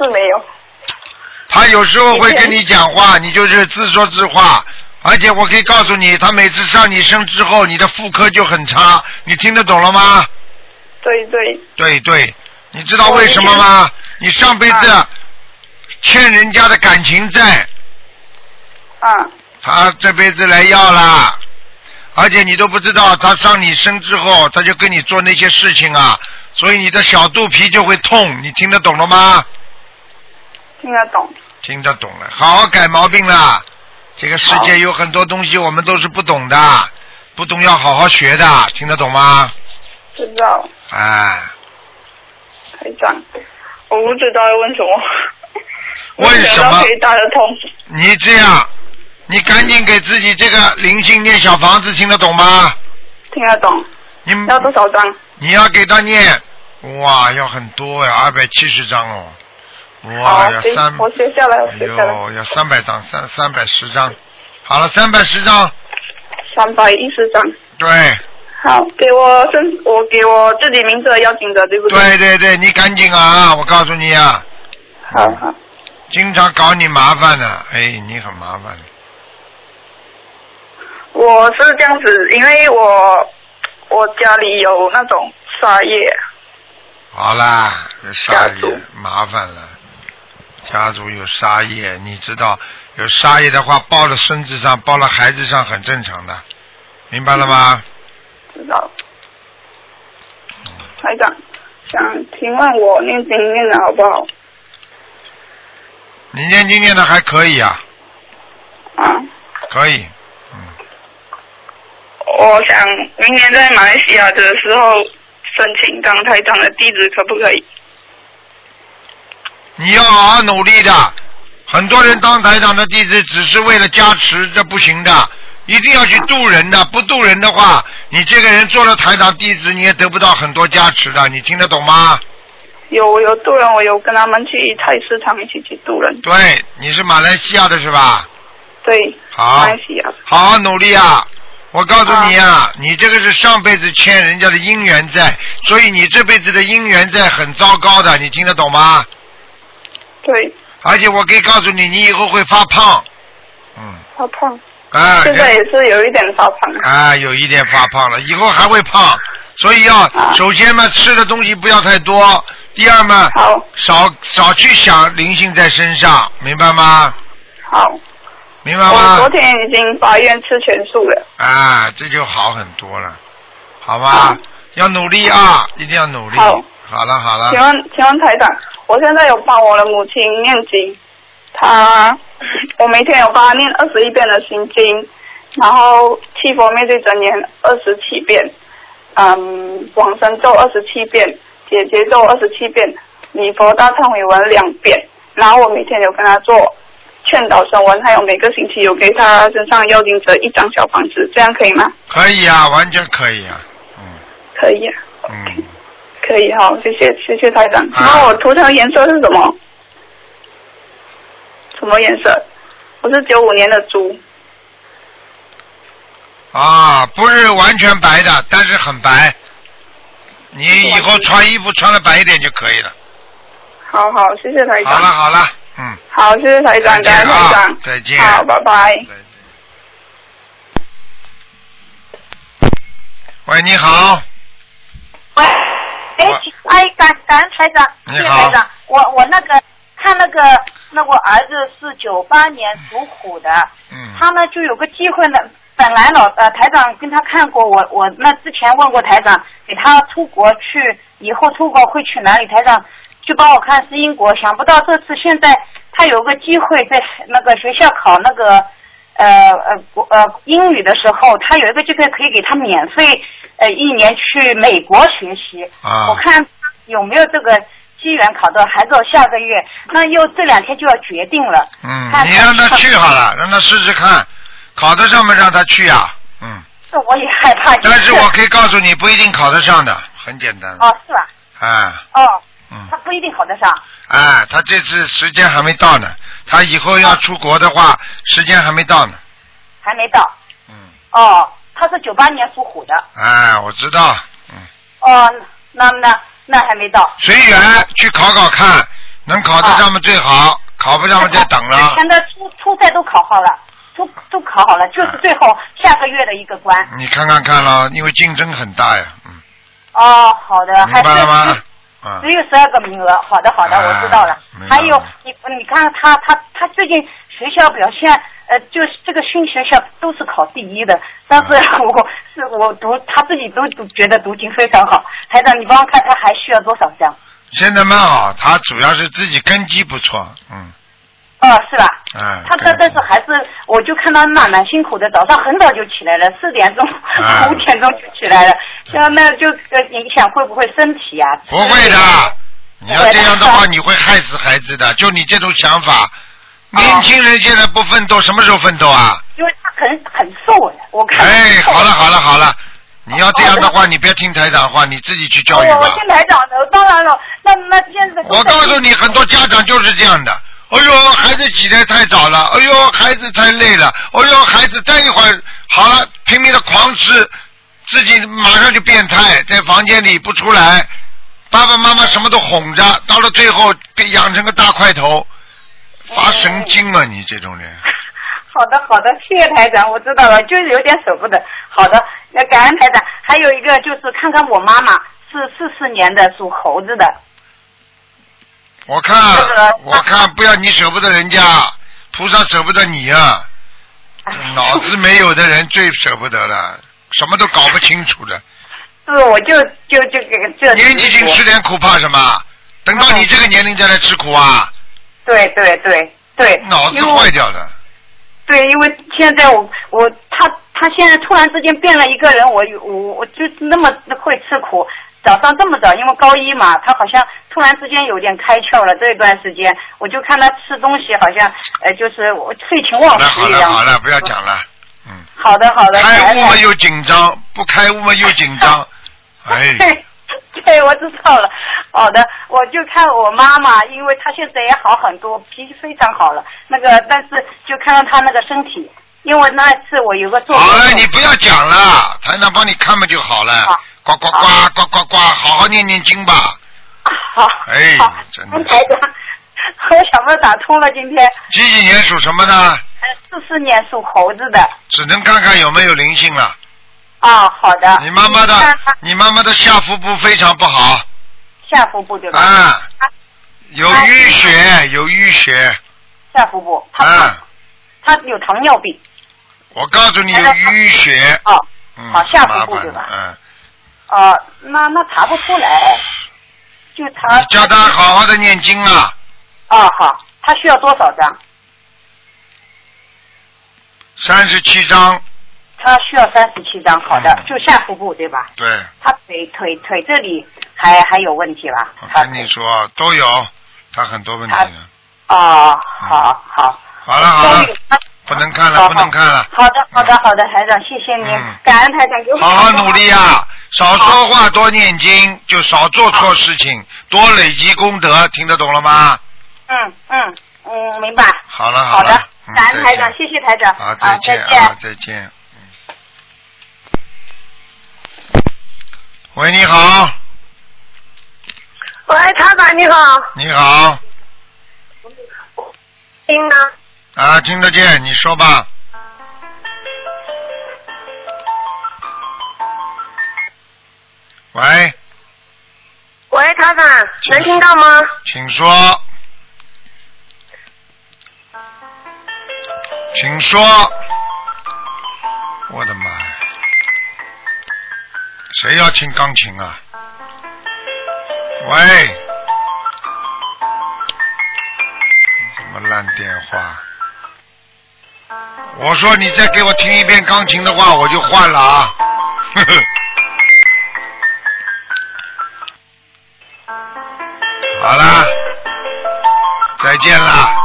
Speaker 8: 是没有。
Speaker 1: 他有时候会跟你讲话，你就是自说自话。而且我可以告诉你，他每次上你身之后，你的妇科就很差，你听得懂了吗？
Speaker 8: 对对，
Speaker 1: 对对，你知道为什么吗？你上辈子
Speaker 8: 啊
Speaker 1: 欠人家的感情债，
Speaker 8: 啊，
Speaker 1: 他这辈子来要啦。而且你都不知道，他上你身之后，他就跟你做那些事情啊，所以你的小肚皮就会痛，你听得懂了吗？
Speaker 8: 听得懂。
Speaker 1: 听得懂了，好好改毛病啦。这个世界有很多东西我们都是不懂的，不懂要好好学的，听得懂吗？
Speaker 8: 不知道，
Speaker 1: 哎，
Speaker 8: 台长，我不知道要问什么。
Speaker 1: 为什
Speaker 8: 没想到
Speaker 1: 么
Speaker 8: 可以打得通？
Speaker 1: 你这样，你赶紧给自己这个灵性念小房子，听得懂吗？
Speaker 8: 听得懂，
Speaker 1: 你
Speaker 8: 要多少张？
Speaker 1: 你要给他念，哇，要很多呀，二百七十张哦，哇，
Speaker 8: 好
Speaker 1: 要
Speaker 8: 行
Speaker 1: 三，
Speaker 8: 我学下来，我
Speaker 1: 哎
Speaker 8: 学下来，
Speaker 1: 呦，要三百张，三三百十张，好了，三百十张，
Speaker 8: 三百一十张。
Speaker 1: 对。
Speaker 8: 好，给我身，我给我自己名字的邀请者，对不对？
Speaker 1: 对对对，你赶紧啊！我告诉你啊，
Speaker 8: 好好，
Speaker 1: 经常搞你麻烦的、哎，你很麻烦的。
Speaker 8: 我是这样子，因为我我家里有那种沙叶，
Speaker 1: 好啦，有沙
Speaker 8: 家族
Speaker 1: 叶麻烦了，家族有沙叶，你知道有沙叶的话，包了孙子上，包了孩子上很正常的，明白了吗？
Speaker 8: 嗯知道。台长，想请问我念经念的好不好？
Speaker 1: 你念经念的还可以啊，
Speaker 8: 啊，
Speaker 1: 可以，嗯，
Speaker 8: 我想明年在马来西亚的时候申请当台长的地址，可不可以？
Speaker 1: 你要好好努力的。很多人当台长的弟子只是为了加持，这不行的，一定要去渡人的。不渡人的话，你这个人做了台长弟子，你也得不到很多加持的。你听得懂吗？
Speaker 8: 有有渡人，我有跟他们去菜市场一起去渡人。
Speaker 1: 对，你是马来西亚的是吧？
Speaker 8: 对，
Speaker 1: 好
Speaker 8: 马来西亚，
Speaker 1: 好好努力啊！我告诉你啊，你这个是上辈子欠人家的姻缘债，所以你这辈子的姻缘债很糟糕的，你听得懂吗？
Speaker 8: 对，
Speaker 1: 而且我可以告诉你，你以后会发胖，
Speaker 8: 发胖，
Speaker 1: 啊，
Speaker 8: 现
Speaker 1: 人
Speaker 8: 在也是有一点发胖，
Speaker 1: 啊，有一点发胖了，以后还会胖，所以
Speaker 8: 啊
Speaker 1: 要首先嘛，吃的东西不要太多，第二嘛，
Speaker 8: 好，
Speaker 1: 少少去想灵性在身上，明白吗？
Speaker 8: 好，
Speaker 1: 明白
Speaker 8: 我
Speaker 1: 吗
Speaker 8: 昨？天已经发愿吃全素了，
Speaker 1: 啊，这就好很多了，好吧？要努力啊，一定要努力。
Speaker 8: 好啊
Speaker 1: 好了好
Speaker 8: 请
Speaker 1: 了，
Speaker 8: 问，请问台长，我现在有帮我的母亲念经， 她，我每天有帮她念二十一遍的心经，然后七佛灭罪真言二十七遍，嗯，往生咒二十七遍，解结咒二十七遍，礼佛大忏悔文两遍，然后我每天有跟她做劝导声文，还有每个星期有给她身上妖精者一张小房子，这样可以吗？
Speaker 1: 可以啊，完全可以啊，
Speaker 8: 可以啊，
Speaker 1: 嗯，
Speaker 8: 可以好，谢谢谢谢台长。
Speaker 1: 啊
Speaker 8: 然后我涂成颜色是什么？什么颜色？我是九五年的猪，
Speaker 1: 啊，不是完全白的，但是很白。你以后穿衣服穿的白一点就可以了。
Speaker 8: 好好，谢谢台长。
Speaker 1: 好了好了，嗯。
Speaker 8: 好，谢谢台
Speaker 1: 再
Speaker 8: 长，感
Speaker 1: 见
Speaker 8: 谢台
Speaker 1: 啊
Speaker 8: 长，，
Speaker 1: 再见。
Speaker 8: 好，拜拜。
Speaker 1: 喂，你好，
Speaker 9: 喂，哎
Speaker 1: 哇，
Speaker 9: 哎，感感恩台长，
Speaker 1: 你
Speaker 9: 谢谢
Speaker 1: 好
Speaker 9: 台长，我我那个看那个那我儿子是九八年属虎的，
Speaker 1: 嗯，
Speaker 9: 他呢就有个机会呢。本来老呃台长跟他看过我我那之前问过台长，给他出国去以后出国会去哪里？台长就帮我看是英国，想不到这次现在他有个机会在呃那个学校考那个呃呃国呃英语的时候，他有一个机会可以给他免费呃一年去美国学习。
Speaker 1: 啊
Speaker 9: 我看有没有这个机缘考到，还到下个月，那又这两天就要决定了。
Speaker 1: 嗯，
Speaker 9: 看
Speaker 1: 你让他去好了，让他试试看，考得上不让他去啊，嗯，
Speaker 9: 这我也害怕。就
Speaker 1: 但是我可以告诉你，不一定考得上的，很简单，
Speaker 9: 哦，是吧？
Speaker 1: 啊，
Speaker 9: 哦，
Speaker 1: 嗯
Speaker 9: 他，不一定考得上。
Speaker 1: 啊，他这次时间还没到呢，他以后要出国的话，时间还没到呢，
Speaker 9: 还没到。
Speaker 1: 嗯，
Speaker 9: 哦，他是九八年属虎的。
Speaker 1: 啊，我知道，嗯，
Speaker 9: 哦，那那那还没到。
Speaker 1: 随缘去考考看，能考得上嘛最
Speaker 9: 哦
Speaker 1: 好，考不上嘛再等了
Speaker 9: 之，前的初初赛都考好了，都都考好了，
Speaker 1: 啊
Speaker 9: 就是最后下个月的一个关。
Speaker 1: 你看看看咯，因为竞争很大呀，嗯，
Speaker 9: 哦，好的，
Speaker 1: 明
Speaker 9: 还
Speaker 1: 白了
Speaker 9: 是
Speaker 1: 吗？啊
Speaker 9: 只，有十二个名额。好的，好的，
Speaker 1: 哎
Speaker 9: 我知道了
Speaker 1: 明白了。
Speaker 9: 还有你你看他他他最近学校表现呃，就是这个新学校都是考第一的，但是
Speaker 1: 啊
Speaker 9: 我是我读他自己都读觉得读经非常好。台长，你帮我看他还需要多少张？
Speaker 1: 现在蛮好，他主要是自己根基不错，嗯，
Speaker 9: 哦，是吧？
Speaker 1: 哎，
Speaker 9: 他
Speaker 1: 根
Speaker 9: 但
Speaker 1: 基
Speaker 9: 但是还是，我就看他蛮蛮辛苦的，早上很早就起来了，四点钟
Speaker 1: 啊、
Speaker 9: 五点钟就起来了，那那就呃影响会不会身体啊？
Speaker 1: 不会的，你要这样的话，
Speaker 9: 对
Speaker 1: 你会害死孩子的。就你这种想法，
Speaker 9: 哦
Speaker 1: 年轻人现在不奋斗，什么时候奋斗啊？
Speaker 9: 因为他很很瘦的，我看。
Speaker 1: 哎，好了。好了好了，你要这样的话，你别听台长话，你自己去教育
Speaker 9: 我我
Speaker 1: 吧。
Speaker 9: 哦听台长的，当然了，那那现在都 在
Speaker 1: 我告诉你，很多家长就是这样的。哎呦，孩子起得太早了，哎呦，孩子太累了，哎呦，孩子待一会儿好了，拼命的狂吃，自己马上就变态，在房间里不出来，爸爸妈妈什么都哄着，到了最后被养成个大块头，发神经了，你这种人。
Speaker 9: 好的，好的，谢谢台长，我知道了，就是有点舍不得。好的，那感恩台长。还有一个就是看看我妈妈是四四年的属猴子的，
Speaker 1: 我看
Speaker 9: 这个，
Speaker 1: 我看，不要你舍不得人家，菩萨舍不得你啊！脑子没有的人最舍不得了，什么都搞不清楚的。
Speaker 9: 是我就就就给这
Speaker 1: 年纪轻吃点苦怕什么？等到你这个年龄再来吃苦啊，
Speaker 9: 对对对对，
Speaker 10: 嗯
Speaker 1: 脑子
Speaker 9: 因为我
Speaker 1: 坏掉了。
Speaker 9: 对，因为现在我我他他现在突然之间变了一个人，我我我就那么会吃苦。早上这么早，因为高一嘛，他好像突然之间有点开窍了。这段时间，我就看他吃东西，好像呃，就是我废寝
Speaker 1: 好
Speaker 9: 忘
Speaker 1: 了
Speaker 9: 食
Speaker 1: 好
Speaker 9: 一
Speaker 1: 了
Speaker 9: 样。
Speaker 1: 好了，不要讲了。嗯，
Speaker 9: 好的好的，
Speaker 1: 开
Speaker 9: 感 恩
Speaker 1: 悟嘛又紧张，不开悟嘛又紧张。哎，
Speaker 9: 对，
Speaker 10: 对，我知道了。好的，我就看我妈妈，因为她现在也好很多，脾气非常好了。那个，但是就看到她那个身体，因为那次我有个做
Speaker 1: 好了，
Speaker 10: 梦
Speaker 1: 你不要讲了，台长帮你看嘛就好了。呱呱呱呱呱呱，好好念念经吧。
Speaker 10: 好，
Speaker 1: 哎
Speaker 10: 好，
Speaker 1: 真
Speaker 10: 安
Speaker 1: 的。
Speaker 10: 台长，我想不到打通了，今天
Speaker 1: 几几年属什么呢？
Speaker 10: 四四年属猴子的
Speaker 1: 只能看看有没有灵性了。
Speaker 10: 啊，好的。
Speaker 1: 你妈妈
Speaker 10: 看
Speaker 1: 的，你妈妈的下腹部非常不好
Speaker 10: 下腹部对吧？
Speaker 1: 啊，有淤血，有淤血
Speaker 10: 下腹部，她、
Speaker 1: 啊。
Speaker 10: 她有糖尿病。
Speaker 1: 我告诉你，有淤血。
Speaker 10: 哦，
Speaker 1: 嗯，
Speaker 10: 好下腹
Speaker 1: 麻
Speaker 10: 部
Speaker 1: 烦
Speaker 10: 对吧
Speaker 1: 了嗯，
Speaker 10: 哦，那那查不出来，就查。
Speaker 1: 你叫他好好的念经啊，
Speaker 10: 哦，好，他需要多少张？
Speaker 1: 三十七章，
Speaker 10: 他需要三十七张，好的，
Speaker 1: 嗯
Speaker 10: 就下腹部对吧？
Speaker 1: 对，
Speaker 10: 他腿腿腿这里还还有问题吧？
Speaker 1: 我跟你说啊都有，他很多问题呢。嗯
Speaker 10: 哦，好好。
Speaker 1: 好了好了
Speaker 10: 终于，
Speaker 1: 不能看
Speaker 10: 好
Speaker 1: 了不能看了，
Speaker 10: 好的，好的，好的，台长，谢谢您，感恩台长给我们
Speaker 1: 嗯好好
Speaker 10: 打电话
Speaker 1: 努力啊，少说话多念经，就少做错事情，多累积功德，听得懂了吗？
Speaker 10: 嗯嗯嗯，明白。
Speaker 1: 好了
Speaker 10: 好
Speaker 1: 了
Speaker 10: 的，
Speaker 1: 嗯
Speaker 10: 感
Speaker 1: 再
Speaker 10: 恩台
Speaker 1: 见
Speaker 10: 长，谢谢台长。
Speaker 1: 好，
Speaker 10: 啊
Speaker 1: 再见
Speaker 10: 再见
Speaker 1: 啊，再见。嗯喂，你好，
Speaker 7: 喂，台长你好，
Speaker 1: 你好，
Speaker 7: 听呢？
Speaker 1: 啊，听得见，你说吧。喂，
Speaker 7: 喂，台长，能听到吗？
Speaker 1: 请说，请说。我的妈呀！谁要听钢琴啊？喂，什么烂电话？我说你再给我听一遍钢琴的话，我就换了啊！ 呵呵。好啦，再见啦，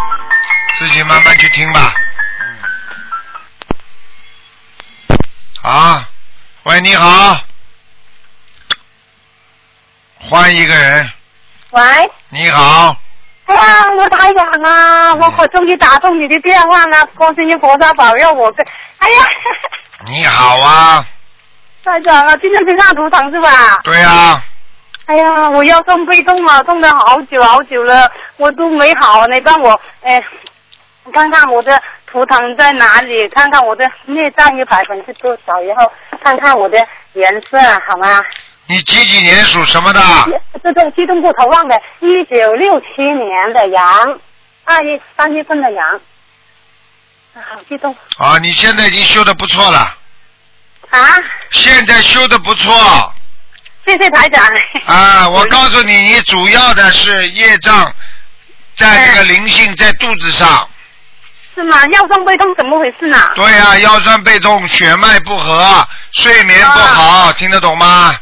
Speaker 1: 自己慢慢去听吧。嗯。好，喂，你好，换一个人。
Speaker 7: 喂，
Speaker 1: 你好，
Speaker 7: 哎呀，罗台长啊，我可终于打通你的啊电话了，观世音菩萨保佑我跟，哎呀，
Speaker 1: 你好啊，
Speaker 7: 台长啊，今天是上图腾是吧？
Speaker 1: 对啊，
Speaker 7: 哎呀，我腰痛背痛啊，痛了好久好久了，我都没好，你帮我哎，看看我的图腾在哪里，看看我的内脏一百分是多少，然后看看我的颜色好吗？
Speaker 1: 你几几年属什么的？
Speaker 7: 自动激动不头忘的，一九六七年的羊，二月三月份的羊，啊，好激动
Speaker 1: 啊，你现在已经修的不错了，
Speaker 7: 啊！
Speaker 1: 现在修的不错
Speaker 7: 谢谢台长，
Speaker 1: 啊。我告诉你，你主要的是业障，在这个
Speaker 7: 嗯
Speaker 1: 灵性在肚子上。
Speaker 7: 是吗？腰痛背痛怎么回事呢？
Speaker 1: 对呀、腰酸背痛、血脉不和、睡眠不好，听得懂吗？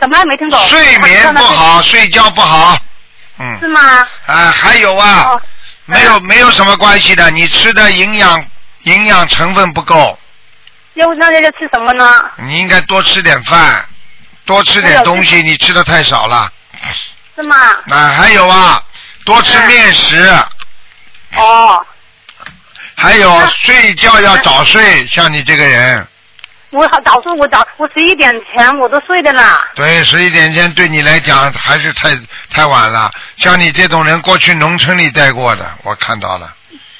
Speaker 7: 什么也没哦听懂？哦
Speaker 1: 睡眠不好，睡觉不好，
Speaker 7: 是吗？
Speaker 1: 啊，还有啊，
Speaker 7: 哦
Speaker 1: 没有没有什么关系的，你吃的营养营养成分不够，
Speaker 7: 又那就吃什么呢？
Speaker 1: 你应该多吃点饭，多吃点东西，你吃的太少了。
Speaker 7: 是吗？
Speaker 1: 啊，还有啊，多吃面食，
Speaker 7: 嗯
Speaker 1: 嗯
Speaker 7: 哦，
Speaker 1: 还有睡觉要早睡，
Speaker 7: 嗯
Speaker 1: 像你这个人，
Speaker 7: 我好早睡，我早我十一点前我都睡的啦。
Speaker 1: 对，十一点前对你来讲还是太太晚了。像你这种人，过去农村里待过的，我看到 了，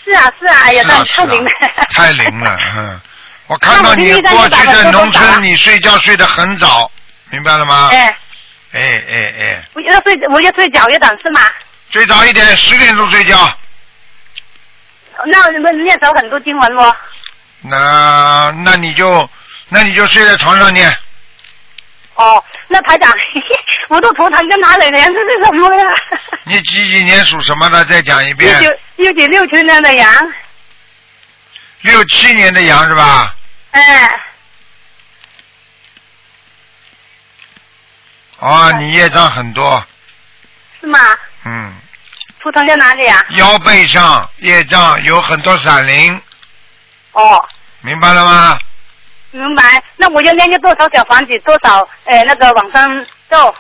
Speaker 7: 是啊是啊，哎呀，
Speaker 1: 是啊
Speaker 7: 那太灵了。
Speaker 1: 太灵了，嗯。我看到你
Speaker 7: 那我今天再去
Speaker 1: 过去
Speaker 7: 把
Speaker 1: 在
Speaker 7: 它
Speaker 1: 农
Speaker 7: 做
Speaker 1: 村，
Speaker 7: 早
Speaker 1: 你睡觉睡得很早，明白了吗？
Speaker 7: 哎，
Speaker 1: 哎哎哎，
Speaker 7: 我要睡，我要睡早一点是吗？
Speaker 1: 最早一点十点钟睡觉，
Speaker 7: 那你们念走很多经文不？
Speaker 1: 那那你就那你就睡在床上念，
Speaker 7: 哦，那台长， 我都头疼跟哪里人，这是什么呀？
Speaker 1: 你几几年属什么的？再讲一
Speaker 7: 一
Speaker 1: 遍
Speaker 7: 九。一九啊六七年的羊，
Speaker 1: 六七年的羊是吧？
Speaker 7: 哎，
Speaker 1: 哦，你业障很多，
Speaker 7: 是吗？
Speaker 1: 嗯。
Speaker 7: 图腾在哪里啊呀、
Speaker 1: 腰背上业障有很多闪灵，
Speaker 7: 哦，
Speaker 1: 明白了吗？
Speaker 7: 哎明白。那我要念念多少小房子，多少呃那个往生咒？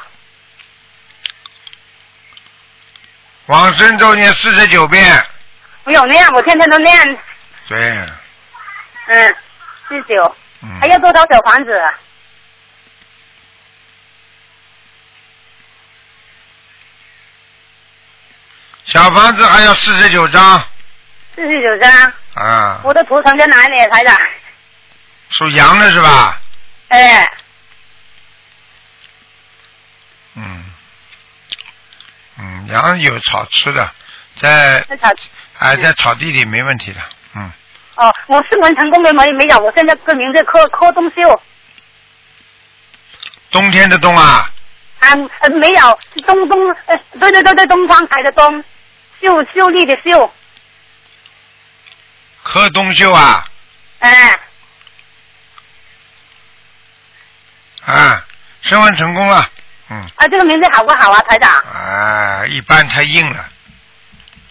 Speaker 1: 往生咒念四十九遍，
Speaker 7: 没有那样，我天天都练，
Speaker 1: 对，
Speaker 7: 嗯，四九，
Speaker 1: 嗯
Speaker 7: 还要多少小房子？
Speaker 1: 小房子还要四十九张
Speaker 7: 四十九张，
Speaker 1: 啊，
Speaker 7: 我的图腾在哪里，台长？
Speaker 1: 属羊的是吧？
Speaker 7: 哎，
Speaker 1: 嗯，嗯，羊有草吃的，在
Speaker 7: 那草
Speaker 1: 哎在草地里没问题的，嗯，
Speaker 7: 哦，我是文成功的没没有，我现在这名字柯柯东哦秀
Speaker 1: 冬天的冬啊，
Speaker 7: 啊、呃没有是东东呃对对对对东方台的东，秀秀丽的秀，
Speaker 1: 柯冬秀啊，
Speaker 7: 哎
Speaker 1: 啊，升温成功了，嗯，
Speaker 7: 啊这个名字好不好啊，台长？
Speaker 1: 啊，一般太硬了，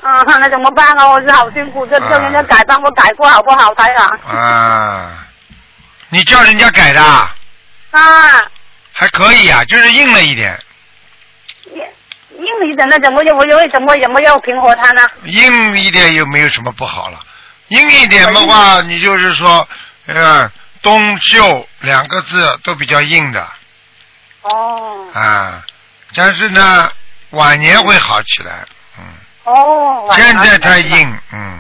Speaker 7: 啊，那怎么办啊？我是好辛苦，这叫人家改帮我改过好不好，台长？
Speaker 1: 啊，你叫人家改的啊，
Speaker 7: 啊，
Speaker 1: 还可以啊，就是硬了一点，
Speaker 7: 英语怎么怎么又我又为什么怎么要平和他呢？
Speaker 1: 硬一点又没有什么不好了，硬一点的话，你就是说，呃，冬秀两个字都比较硬的，
Speaker 7: 哦
Speaker 1: 啊，但是呢，晚年会好起来，嗯，
Speaker 7: 哦，
Speaker 1: 现在太。硬，嗯，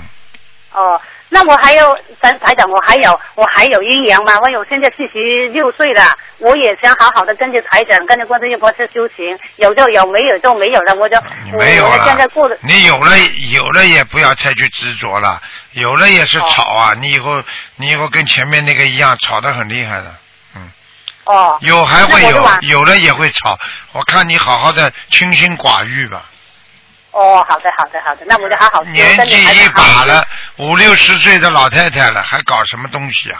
Speaker 7: 哦，那我还有台台长，我还有我还有阴阳嘛，我有现在四十六岁了，我也想好好的跟着台长，跟着观世音菩萨修行，有就有，没有就没有了，我就
Speaker 1: 你没有
Speaker 7: 我
Speaker 1: 了，
Speaker 7: 现在过得
Speaker 1: 你有了有了也不要太去执着了，有了也是吵啊，你以后你以后跟前面那个一样，吵得很厉害的，
Speaker 7: 哦，
Speaker 1: 有还会
Speaker 7: 那我就
Speaker 1: 有
Speaker 7: 往，
Speaker 1: 有了也会吵，我看你好好的清心寡欲吧。
Speaker 7: 哦，好的好的好的，那我就好好修
Speaker 1: 年
Speaker 7: 跟着
Speaker 1: 纪
Speaker 7: 台
Speaker 1: 一
Speaker 7: 长好
Speaker 1: 把
Speaker 7: 好修
Speaker 1: 了，五六十岁的老太太了，还搞什么东西 啊？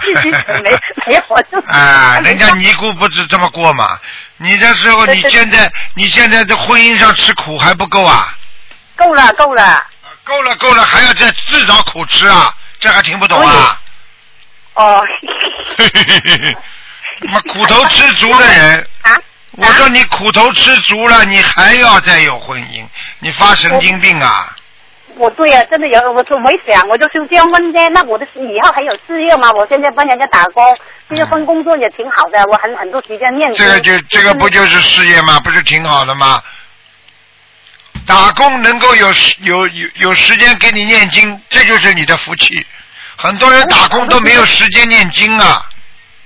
Speaker 7: 自己 没没活动。
Speaker 1: 啊，人家尼姑不是这么过嘛？你这时候，
Speaker 7: 对
Speaker 1: 你
Speaker 7: 对
Speaker 1: 现在你现在在婚姻上吃苦还不够啊？
Speaker 7: 够了够了，
Speaker 1: 够了够了，还要再自找苦吃啊？这还听不懂啊？
Speaker 7: 哦
Speaker 1: 妈苦头吃足的人，
Speaker 7: 啊，
Speaker 1: 我说你苦头吃足了，你还要再有婚姻，你发神经病啊？
Speaker 7: 我对呀、真的有，我就没想，我就是这样问的。那我的以后还有事业嘛？我现在帮人家打工，这些份工作也挺好的，我很很多时间念经。
Speaker 1: 这个就这个不就是事业吗？不是挺好的吗？打工能够有时有有有时间给你念经，这就是你的福气。很多人打工都没有时间念经啊，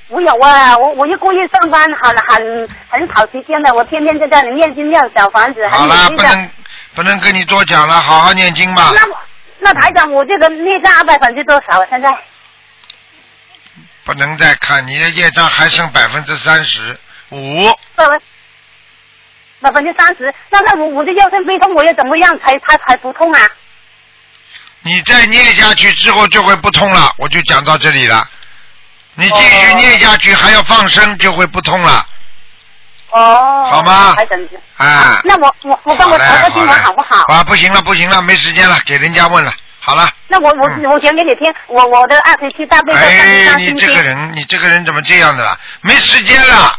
Speaker 7: 我有啊，我我一个月上班很很很少时间的，我天天在家里念经念小房子，
Speaker 1: 好
Speaker 7: 很
Speaker 1: 啦，
Speaker 7: 努力
Speaker 1: 不
Speaker 7: 的。
Speaker 1: 能不能跟你多讲了，好好念经吧。
Speaker 7: 那我那台长，我这个孽障百分之多少啊？现在
Speaker 1: 不能再看你的业障还剩百分之三十五，
Speaker 7: 百分百分之三十，那那我我的腰酸背痛，我要怎么样才才才不痛啊？
Speaker 1: 你再念下去之后就会不通了，我就讲到这里了。你继续念下去还要放生，就会不通了，
Speaker 7: 哦，
Speaker 1: 好吗
Speaker 7: 台长，
Speaker 1: 啊。
Speaker 7: 那我我我跟我
Speaker 1: 嘞
Speaker 7: 婆婆经文好不好？
Speaker 1: 嘞啊，不行了，不行了，没时间了，给人家问了。好了，
Speaker 7: 那我我、
Speaker 1: 嗯
Speaker 7: 我讲给你听，我我的二十七大悲咒三十
Speaker 1: 哎，
Speaker 7: 三
Speaker 1: 你
Speaker 7: 心
Speaker 1: 这
Speaker 7: 经
Speaker 1: 个。人，你这个人怎么这样的啦？没时间了。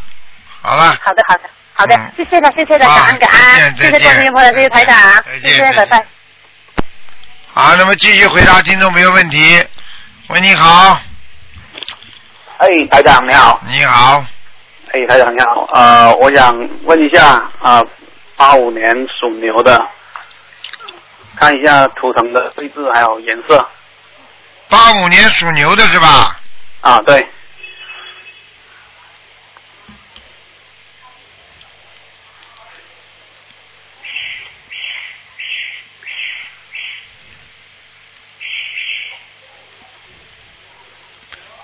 Speaker 1: 好了，
Speaker 7: 好的好的好的
Speaker 1: 嗯，
Speaker 7: 谢谢了谢谢了，感恩感
Speaker 1: 啊
Speaker 7: 恩，
Speaker 1: 再见
Speaker 7: 谢
Speaker 1: 再
Speaker 7: 谢
Speaker 1: 见
Speaker 7: 观世音菩萨，谢谢台长啊
Speaker 1: 再，见
Speaker 7: 谢谢
Speaker 1: 再见
Speaker 7: 拜拜。
Speaker 1: 好，那么继续回答听众朋友问题。喂，你好，
Speaker 11: 哎，台长你好，
Speaker 1: 你好，
Speaker 11: 哎，台长你好，呃，我想问一下啊，八、5五年属牛的，看一下图腾的位置还有颜色
Speaker 1: 八五年属牛的是吧？
Speaker 11: 啊，对，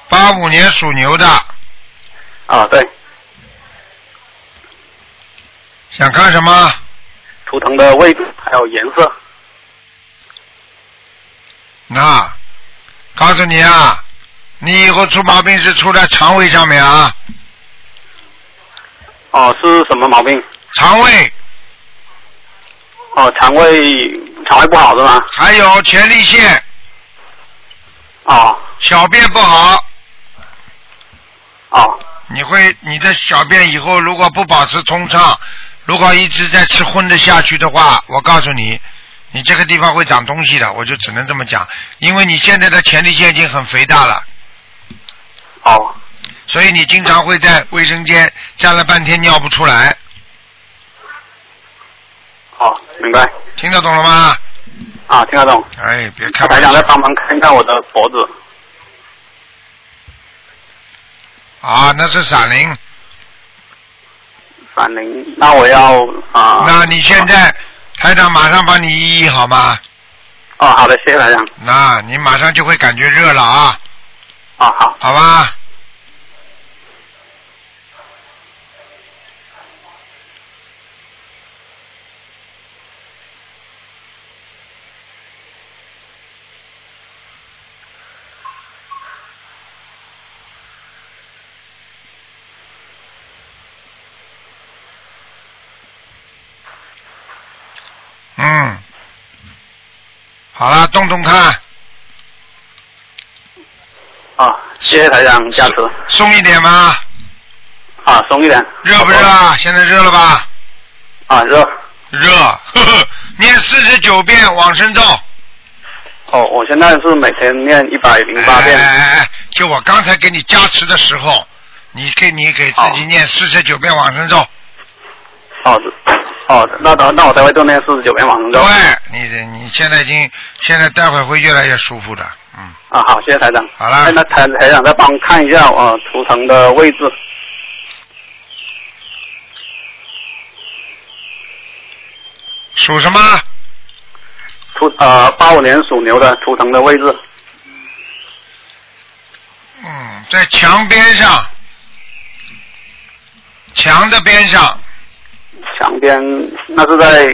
Speaker 1: 八五年属牛的，
Speaker 11: 啊对，
Speaker 1: 想看什么？
Speaker 11: 图腾的位置还有颜色
Speaker 1: 那告诉你啊，你以后出毛病是出在肠胃上面啊，
Speaker 11: 哦、是什么毛病？
Speaker 1: 肠胃
Speaker 11: 哦、肠胃肠胃不好是吗？
Speaker 1: 还有前列腺、
Speaker 11: 哦
Speaker 1: 小便不好，
Speaker 11: 哦
Speaker 1: 你会你的小便以后如果不保持通畅，如果一直在吃荤的下去的话，我告诉你，你这个地方会长东西的，我就只能这么讲，因为你现在的前列腺已经很肥大了。
Speaker 11: 哦。
Speaker 1: 所以你经常会在卫生间站了半天尿不出来。
Speaker 11: 哦，明白。
Speaker 1: 听得懂了吗？
Speaker 11: 啊，听得懂。
Speaker 1: 哎，别
Speaker 11: 看台长来帮忙看一看我的脖子。
Speaker 1: 啊，那是闪灵。
Speaker 11: 闪灵，那我要啊。
Speaker 1: 那你现在，台长马上帮你医一好吗？
Speaker 11: 哦，好的，谢谢台长。
Speaker 1: 那你马上就会感觉热了啊。
Speaker 11: 啊，好。
Speaker 1: 好吧。嗯，好了，动动看，
Speaker 11: 啊，谢谢台长加持。
Speaker 1: 松一点吗？
Speaker 11: 啊，松一点。
Speaker 1: 热不热啊？现在热了吧？
Speaker 11: 啊，热。
Speaker 1: 热，呵呵，念四十九遍往生咒。
Speaker 11: 哦，我现在是每天念一百零八遍。
Speaker 1: 哎哎哎，就我刚才给你加持的时候，你给你给自己念四十九遍往生咒。
Speaker 11: 哦，是哦，那那那我待会就念四十九遍往生咒。
Speaker 1: 对，你你现在已经现在待会儿会越来越舒服的，嗯。
Speaker 11: 啊，好，谢谢台长。哎
Speaker 1: 好啦。
Speaker 11: 那台台长再帮我看一下我图腾的位置。
Speaker 1: 属什么？
Speaker 11: 图呃八五年属牛的图腾的位置。
Speaker 1: 嗯，在墙边上，墙的边上，
Speaker 11: 墙边那是在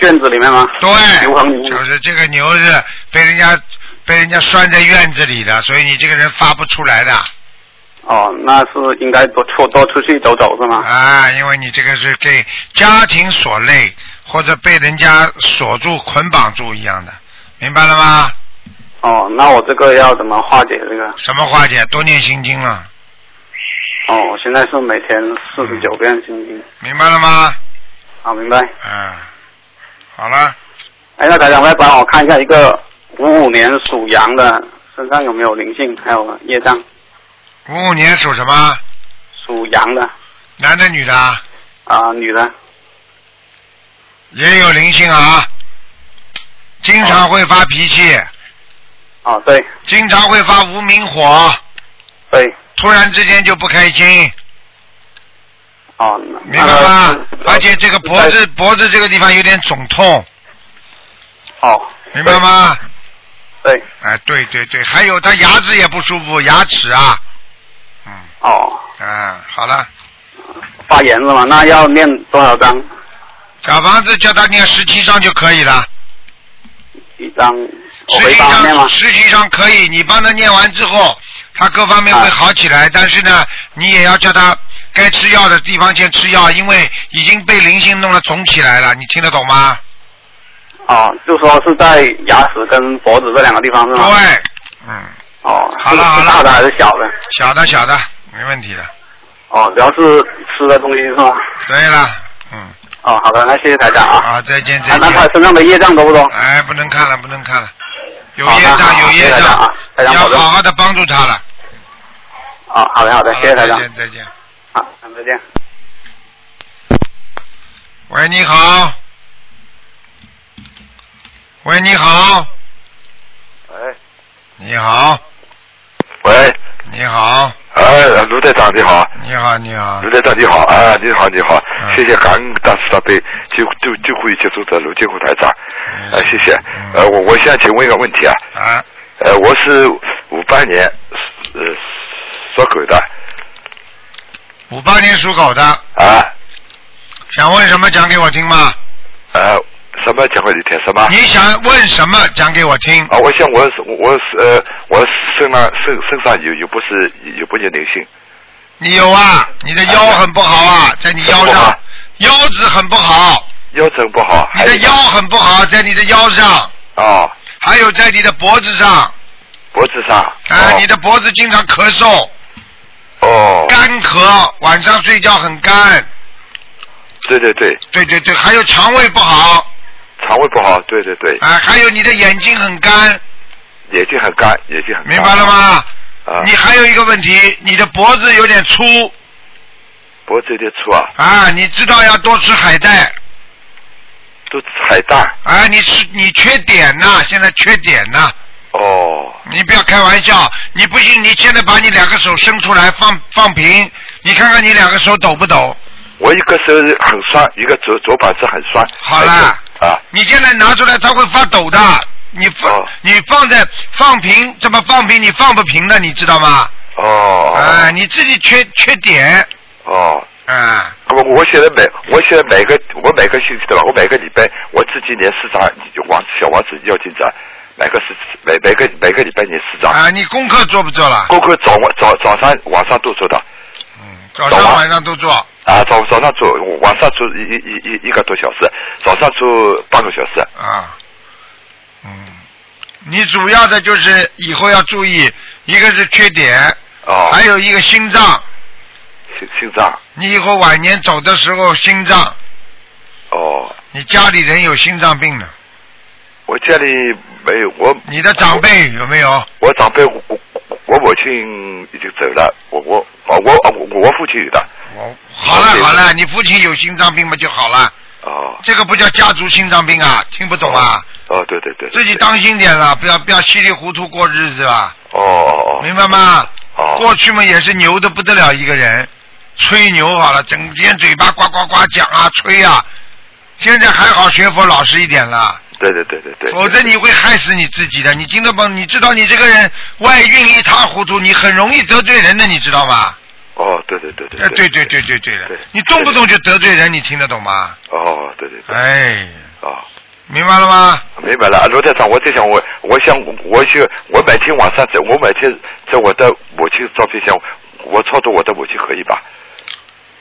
Speaker 11: 卷子里面吗？
Speaker 1: 对，
Speaker 11: 牛棚里面。
Speaker 1: 就是这个牛是被人家被人家拴在院子里的，所以你这个人发不出来的。
Speaker 11: 哦，那是应该多出多出去走走是吗？
Speaker 1: 啊，因为你这个是给家庭所累，或者被人家锁住、捆绑住一样的，明白了吗？
Speaker 11: 哦，那我这个要怎么化解这个？
Speaker 1: 什么化解？多念心经啊了，
Speaker 11: 哦，我现在是每天四十九遍心经。
Speaker 1: 明白了吗？
Speaker 11: 好，明白。
Speaker 1: 嗯，好了，
Speaker 11: 哎，那台长再帮我看一下一个五五年属羊的身上有没有灵性，还有业障。
Speaker 1: 五五年属什么？
Speaker 11: 属羊的
Speaker 1: 男的女的啊？
Speaker 11: 啊、女的
Speaker 1: 也有灵性啊，经常会发脾气，
Speaker 11: 哦，对
Speaker 1: 经常会发无名火，
Speaker 11: 对，
Speaker 1: 突然之间就不开心，
Speaker 11: 哦，
Speaker 1: 明白吗？而且这个脖子脖子这个地方有点肿痛，
Speaker 11: 哦，
Speaker 1: 明白吗？
Speaker 11: 对，
Speaker 1: 哎，对对对，还有他牙齿也不舒服，牙齿啊，
Speaker 11: 哦，
Speaker 1: 嗯，好了，
Speaker 11: 发炎是吗？那要念多少张？
Speaker 1: 小房子叫他念十七章就可以了。
Speaker 11: 一张，我
Speaker 1: 实
Speaker 11: 回
Speaker 1: 际
Speaker 11: 帮念吗
Speaker 1: 上，？实际上可以，你帮他念完之后，他各方面会好起来。但是呢，你也要叫他该吃药的地方先吃药，因为已经被灵性弄得肿起来了。你听得懂吗？
Speaker 11: 哦，就说是在牙齿跟脖子这两个地方是
Speaker 1: 对
Speaker 11: 吗？，
Speaker 1: 嗯，
Speaker 11: 哦，
Speaker 1: 好了
Speaker 11: 是
Speaker 1: 好了
Speaker 11: 是大的还是小的？
Speaker 1: 小的小的，没问题的。
Speaker 11: 哦，主要是吃的东西是吗？
Speaker 1: 对了，嗯
Speaker 11: 哦，好的，那谢谢台长啊。
Speaker 1: 好，再见
Speaker 11: 啊
Speaker 1: 再
Speaker 11: 那他
Speaker 1: 见。
Speaker 11: 身上的业障多不多？
Speaker 1: 哎，不能看了，不能看了，有
Speaker 11: 好
Speaker 1: 业
Speaker 11: 那
Speaker 1: 障
Speaker 11: 好
Speaker 1: 有业
Speaker 11: 谢谢台长
Speaker 1: 障
Speaker 11: 啊，台长
Speaker 1: 要
Speaker 11: 保重
Speaker 1: 好好的帮助他了。
Speaker 11: 哦，好的好的，谢谢台长
Speaker 1: 再。见再见。
Speaker 11: 好，那再见。
Speaker 1: 喂，你好。喂，你好。
Speaker 12: 喂。
Speaker 1: 你好，
Speaker 12: 哎喂，
Speaker 1: 你好，
Speaker 12: 哎，卢队长你好，
Speaker 1: 你好，你好。
Speaker 12: 卢队长你好，啊，你好你好，谢谢感恩大慈大悲救救救护接触者卢救护台长，啊谢谢，呃我我想请问一个问题啊，
Speaker 1: 嗯啊，
Speaker 12: 呃我是五八年呃属狗的
Speaker 1: 五八年属狗的，
Speaker 12: 啊，
Speaker 1: 想问什么讲给我听吗？
Speaker 12: 呃什么结婚一天什么？
Speaker 11: 啊
Speaker 1: 你想问什么讲给我听？
Speaker 12: 啊，我想我是我是呃我身上身身上有有不是有不是灵性，
Speaker 1: 你有啊，你的腰很不好啊，在你腰
Speaker 12: 哎很不
Speaker 1: 上
Speaker 12: 好，
Speaker 1: 腰子很不好，
Speaker 12: 腰疼不好，
Speaker 1: 你的腰很不好，在你的腰上，
Speaker 12: 啊
Speaker 1: 还有在你的脖子上，
Speaker 12: 脖子上，
Speaker 1: 啊，你的脖子经常咳嗽，
Speaker 12: 哦
Speaker 1: 干咳，晚上睡觉很干，
Speaker 12: 对对对，
Speaker 1: 对对对，还有肠胃不好，
Speaker 12: 肠胃不好，对对对，
Speaker 1: 啊，还有你的眼睛很干，
Speaker 12: 眼睛很干，眼睛很干。
Speaker 1: 明白了吗？
Speaker 12: 啊，
Speaker 1: 你还有一个问题，你的脖子有点粗
Speaker 12: 脖子有点粗啊，
Speaker 1: 啊，你知道要多吃海带
Speaker 12: 都海带
Speaker 1: 啊，你吃你缺碘呐、现在缺碘呐、
Speaker 12: 哦，
Speaker 1: 你不要开玩笑，你不信你现在把你两个手伸出来放放平，你看看你两个手抖不抖？
Speaker 12: 我一个手很酸，一个左左膀子很酸。
Speaker 1: 好啦，
Speaker 12: 啊，哦
Speaker 1: 你现在拿出来它会发抖的，你放、你放在放平怎么放平？你放不平的，你知道吗？
Speaker 12: 哦，
Speaker 1: 啊，你自己缺缺碘，
Speaker 12: 哦。
Speaker 1: 啊，
Speaker 12: 我我现在每我现在每个我每个星期对吧？我每个礼拜我自己念四张王小王子要进展，每个是每每个每个礼拜念四张。
Speaker 1: 啊，你啊功课做不做了？
Speaker 12: 功课早晚早早上晚上都做的
Speaker 1: 早上晚上都做。
Speaker 12: 啊，早早上做晚上做一一一一一个多小时，早上做半个小时。
Speaker 1: 啊，嗯，你主要的就是以后要注意，一个是缺碘，
Speaker 12: 哦，
Speaker 1: 还有一个心脏，
Speaker 12: 心心脏
Speaker 1: 你以后晚年走的时候心脏，
Speaker 12: 哦，
Speaker 1: 你家里人有心脏病的，
Speaker 12: 我家里没有我
Speaker 1: 你的长辈有没有？
Speaker 12: 我长辈我我我母亲已经走了，我我我我我父亲有的。
Speaker 1: 我好了好了，你父亲有心脏病嘛就好了，
Speaker 12: 哦
Speaker 1: 这个不叫家族心脏病啊，听不懂啊，
Speaker 12: 哦，对对对。
Speaker 1: 自己当心点了，不要不要稀里糊涂过日子了，
Speaker 12: 哦哦哦。
Speaker 1: 明白吗？
Speaker 12: 哦。
Speaker 1: 过去嘛也是牛的不得了一个人，吹牛好了，整天嘴巴呱呱呱讲啊吹啊，现在还好学佛老实一点了，
Speaker 12: 对对对对对。
Speaker 1: 否则你会害死你自己的。你经常帮你知道你这个人外运一塌糊涂，你很容易得罪人的，你知道吗？
Speaker 12: 哦，对对对对。
Speaker 1: 哎，对对对对对的，你动不动就得罪人，你听得懂吗？
Speaker 12: 哦，对对对。
Speaker 1: 哎。
Speaker 12: 哦，
Speaker 1: 明白了吗？
Speaker 12: 明白了，啊罗台长，我在想我，我想我去，我每天晚上在，我每天在我的母亲照片上，我操作我的母亲可以吧？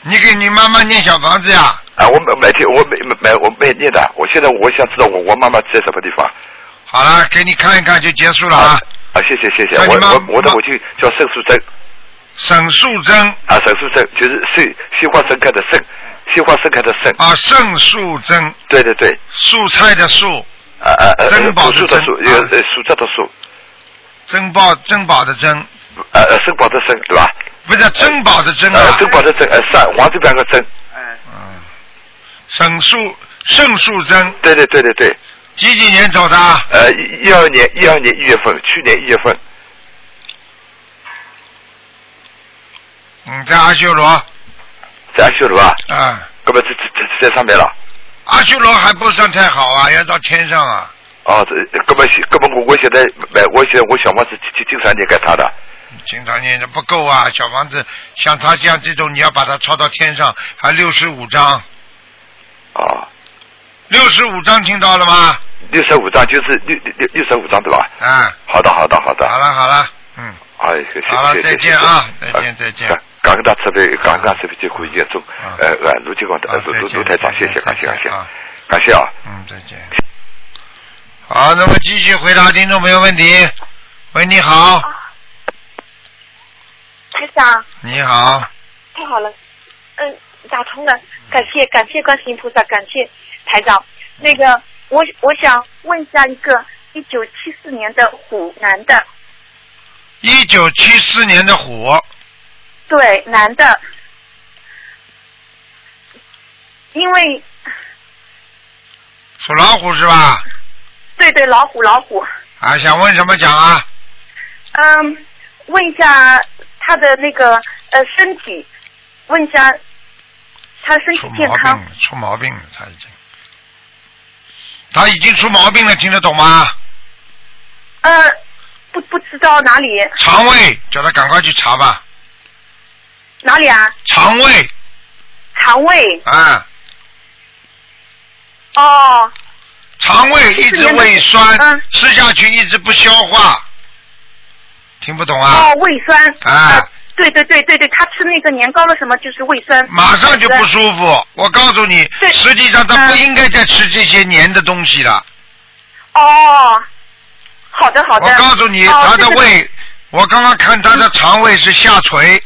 Speaker 1: 你给你妈妈念小房子呀？
Speaker 12: 啊，我每每天我每每我每念的，我现在我想知道我我妈妈在什么地方
Speaker 1: 好了，给你看一看就结束了啊。
Speaker 12: 啊？谢谢谢谢，
Speaker 1: 那你
Speaker 12: 我
Speaker 1: 妈
Speaker 12: 我我的母亲叫沈淑珍
Speaker 1: 沈素贞
Speaker 12: 啊，沈淑珍就是杏杏花盛开的盛，杏花盛开的盛，
Speaker 1: 啊，盛素贞，
Speaker 12: 对对对，
Speaker 1: 素菜的素，
Speaker 12: 啊啊啊，
Speaker 1: 珍宝
Speaker 12: 朴
Speaker 1: 的
Speaker 12: 素的
Speaker 1: 珍
Speaker 12: 素，有呃素质的素，
Speaker 1: 珍宝珍宝的珍，
Speaker 12: 呃呃，生宝的生对吧？
Speaker 1: 不是珍宝的珍
Speaker 12: 呃，
Speaker 1: 啊，
Speaker 12: 生宝的生，呃，山黄字边个生，
Speaker 1: 沈素盛素贞，
Speaker 12: 对对对对对。
Speaker 1: 几几年走的？
Speaker 12: 呃，一二年一二年一月份，去年一月份，
Speaker 1: 嗯，在阿修罗
Speaker 12: 在阿修罗啊，
Speaker 1: 啊，
Speaker 12: 那么这这这在上面了。
Speaker 1: 阿修罗还不算太好啊，要到天上啊。
Speaker 12: 哦，这根本根本我我现在买，我现在我小房子经经常念给他的，
Speaker 1: 经常念的不够啊，小房子像他这样这种，你要把它抄到天上，还六十五章。
Speaker 12: 哦。
Speaker 1: 六十五章听到了吗？
Speaker 12: 六十五张就是六六六十五张对吧？
Speaker 1: 啊，
Speaker 12: 好的好的好的，
Speaker 1: 好了好了，嗯，
Speaker 12: 哎，谢谢
Speaker 1: 好了
Speaker 12: 谢谢
Speaker 1: 再见啊再见再见。
Speaker 12: 谢谢感恩大慈悲，感恩大慈悲救苦严重，呃呃，卢金广的呃卢
Speaker 1: 啊
Speaker 12: 卢卢台长，谢谢感谢感谢感谢啊，
Speaker 1: 嗯，再见。好，那么继续回答听众朋友问题。喂，你好，
Speaker 9: 台长，
Speaker 1: 你好，
Speaker 9: 太好了，嗯，打通了，感谢感谢观世音菩萨，感谢台长。那个，我我想问一下一个一九七四年的虎男的，
Speaker 1: 一九七四年的虎，
Speaker 9: 对男的，因为
Speaker 1: 属老虎是吧？
Speaker 9: 对对老虎老虎，
Speaker 1: 啊，想问什么讲啊？
Speaker 9: 嗯，问一下他的那个呃身体，问一下他身体
Speaker 1: 出
Speaker 9: 健
Speaker 1: 毛病
Speaker 9: 康，
Speaker 1: 了，出毛病了，他已经，他已经出毛病了，听得懂吗？
Speaker 9: 呃，不不知道哪里
Speaker 1: 肠胃，叫他赶快去查吧。
Speaker 9: 哪里啊，
Speaker 1: 肠胃，
Speaker 9: 肠胃
Speaker 1: 啊，
Speaker 9: 哦。
Speaker 1: 肠胃一直胃酸，
Speaker 9: 嗯
Speaker 1: 吃下去一直不消化，听不懂啊？
Speaker 9: 哦，胃酸。
Speaker 1: 啊
Speaker 9: 呃对对对对对，他吃那个年糕了什么，就是胃酸。
Speaker 1: 马上就不舒服。我告诉你，实际上
Speaker 9: 嗯
Speaker 1: 他不应该再吃这些黏的东西了。
Speaker 9: 哦，好的好的。
Speaker 1: 我告诉你，
Speaker 9: 哦嗯
Speaker 1: 他的。
Speaker 9: 对对对
Speaker 1: 胃，我刚刚看他的肠胃是下垂，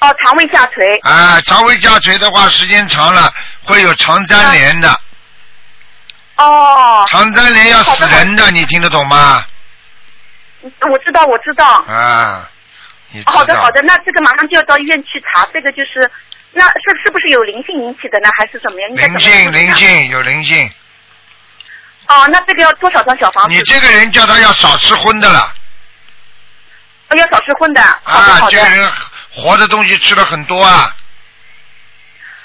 Speaker 9: 哦，肠胃下垂。
Speaker 1: 啊，肠胃下垂的话，时间长了会有肠
Speaker 9: 嗯
Speaker 1: 粘连的，
Speaker 9: 哦。
Speaker 1: 肠粘连要死人的，你听得懂吗？
Speaker 9: 嗯我知道，我知道。
Speaker 1: 啊，你知道。
Speaker 9: 好的，好的，那这个马上就要到医院去查，这个就是，那是是不是有灵性引起的呢，还是怎么样？应该怎
Speaker 1: 灵
Speaker 9: 么
Speaker 1: 性，
Speaker 9: 处理
Speaker 1: 灵
Speaker 9: 呢。
Speaker 1: 性，有灵性。
Speaker 9: 哦，那这个要多少张小房子？
Speaker 1: 你这个人叫他要少吃荤的了
Speaker 9: 哦要少吃荤的。好的，
Speaker 1: 啊
Speaker 9: 好，
Speaker 1: 这个
Speaker 9: 的。
Speaker 1: 人活的东西吃了很多啊。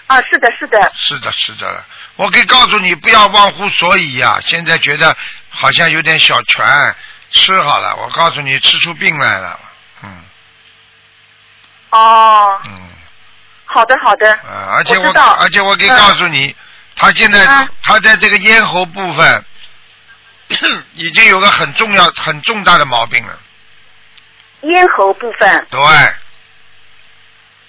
Speaker 9: 啊，是的，是的。
Speaker 1: 是的，是的了。我可以告诉你，不要忘乎所以呀、现在觉得好像有点小权，吃好了。我告诉你，吃出病来了。嗯
Speaker 9: 哦。
Speaker 1: 嗯。
Speaker 9: 好的，好的。
Speaker 1: 啊，而且
Speaker 9: 我
Speaker 1: 我
Speaker 9: 知道嗯啊
Speaker 1: 而且我可以告诉你，他现在、他在这个咽喉部分 已经有个很重要、很重大的毛病了。
Speaker 9: 咽喉部分。
Speaker 1: 对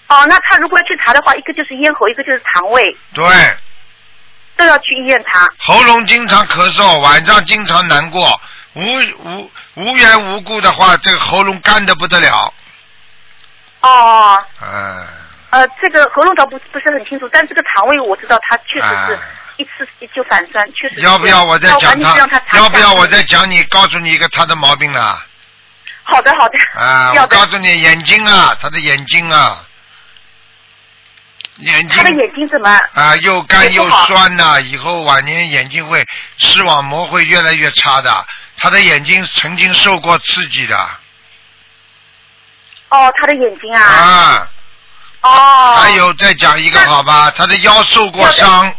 Speaker 9: 哦，那他如果要去查的话，一个就是咽喉，一个就是肠胃，
Speaker 1: 对，
Speaker 9: 都要去医院查。
Speaker 1: 喉咙经常咳嗽，晚上经常难过，无无无缘无故的话，这个喉咙干的不得了。
Speaker 9: 哦，
Speaker 1: 嗯。
Speaker 9: 呃，这个喉咙倒不不是很清楚，但这个肠胃我知道，他确实是
Speaker 1: 哎
Speaker 9: 一次就反酸，确实是。
Speaker 1: 要不要我再
Speaker 9: 那
Speaker 1: 讲
Speaker 9: 赶紧去让他查一下
Speaker 1: 要不要我再？讲你？告诉你一个他的毛病了
Speaker 9: 好的，好的。
Speaker 1: 啊！
Speaker 9: 要
Speaker 1: 我
Speaker 9: 的
Speaker 1: 告诉你，眼睛啊，他的眼睛啊，眼睛
Speaker 9: 他的眼睛怎么？
Speaker 1: 啊又干
Speaker 9: 也
Speaker 1: 又
Speaker 9: 不好
Speaker 1: 酸呐、以后晚年眼睛会视网膜会越来越差的。他的眼睛曾经受过刺激的
Speaker 9: 哦，他的眼睛啊。
Speaker 1: 啊。哎
Speaker 9: 哦。
Speaker 1: 还有再讲一个好吧，他的腰受过伤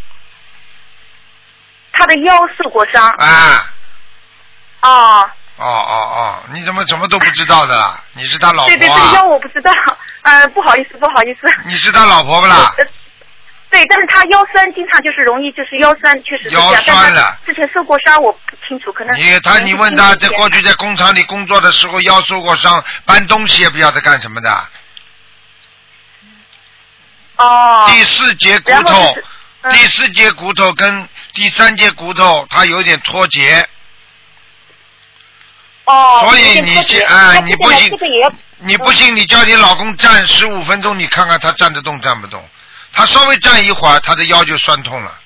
Speaker 9: 他的腰受过伤。
Speaker 1: 啊。
Speaker 9: 哦，
Speaker 1: 哦哦哦，你怎么怎么都不知道的啦？你是他老
Speaker 9: 对对
Speaker 1: 婆
Speaker 9: 对，
Speaker 1: 啊
Speaker 9: 腰？我不知道，呃，不好意思，不好意思。
Speaker 1: 你是他老婆不啦？
Speaker 9: 对，但是他腰酸，经常就是容易就是腰酸，确实是这样。
Speaker 1: 腰酸了
Speaker 9: 但他之前受过伤，我不清楚，可能
Speaker 1: 你他，你问他在过去在工厂里工作的时候腰受过伤，搬东西也不晓得干什么的。
Speaker 9: 哦。
Speaker 1: 第四节骨
Speaker 9: 然后
Speaker 1: 头
Speaker 9: 就是，嗯
Speaker 1: 第四节骨头跟第三节骨头它有点脱节，
Speaker 9: 哦，
Speaker 1: 所以
Speaker 9: 有点
Speaker 1: 你
Speaker 9: 脱节
Speaker 1: 这啊
Speaker 9: 那
Speaker 1: 你
Speaker 9: 这
Speaker 1: 不
Speaker 9: 个呢
Speaker 1: 信
Speaker 9: 这个也要
Speaker 1: 你不信你叫你老公站十五分钟，你看看他站得动站不动。他稍微站一会儿，他的腰就酸痛了。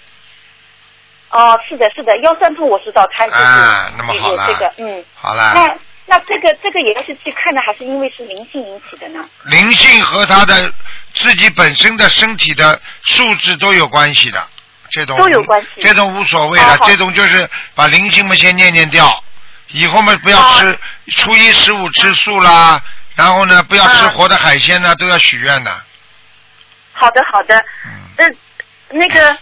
Speaker 9: 哦，是的，是的，腰酸痛我知道，他就是
Speaker 1: 啊那么好啊
Speaker 9: 有
Speaker 1: 啦
Speaker 9: 这个，嗯，
Speaker 1: 好
Speaker 9: 那
Speaker 1: 啦，
Speaker 9: 那这个这个也要是去看的，还是因为是灵性引起的呢？
Speaker 1: 灵性和他的自己本身的身体的素质都有关系的，这种
Speaker 9: 都有关系
Speaker 1: 这种无所谓
Speaker 9: 哦
Speaker 1: 的，
Speaker 9: 好
Speaker 1: 这种就是把灵性们先念念掉，以后嘛不要吃、
Speaker 9: 哦
Speaker 1: 初一十五吃素啦，然后呢不要
Speaker 9: 嗯
Speaker 1: 吃活的海鲜呢，都要许愿的。
Speaker 9: 好的，好的，嗯，那个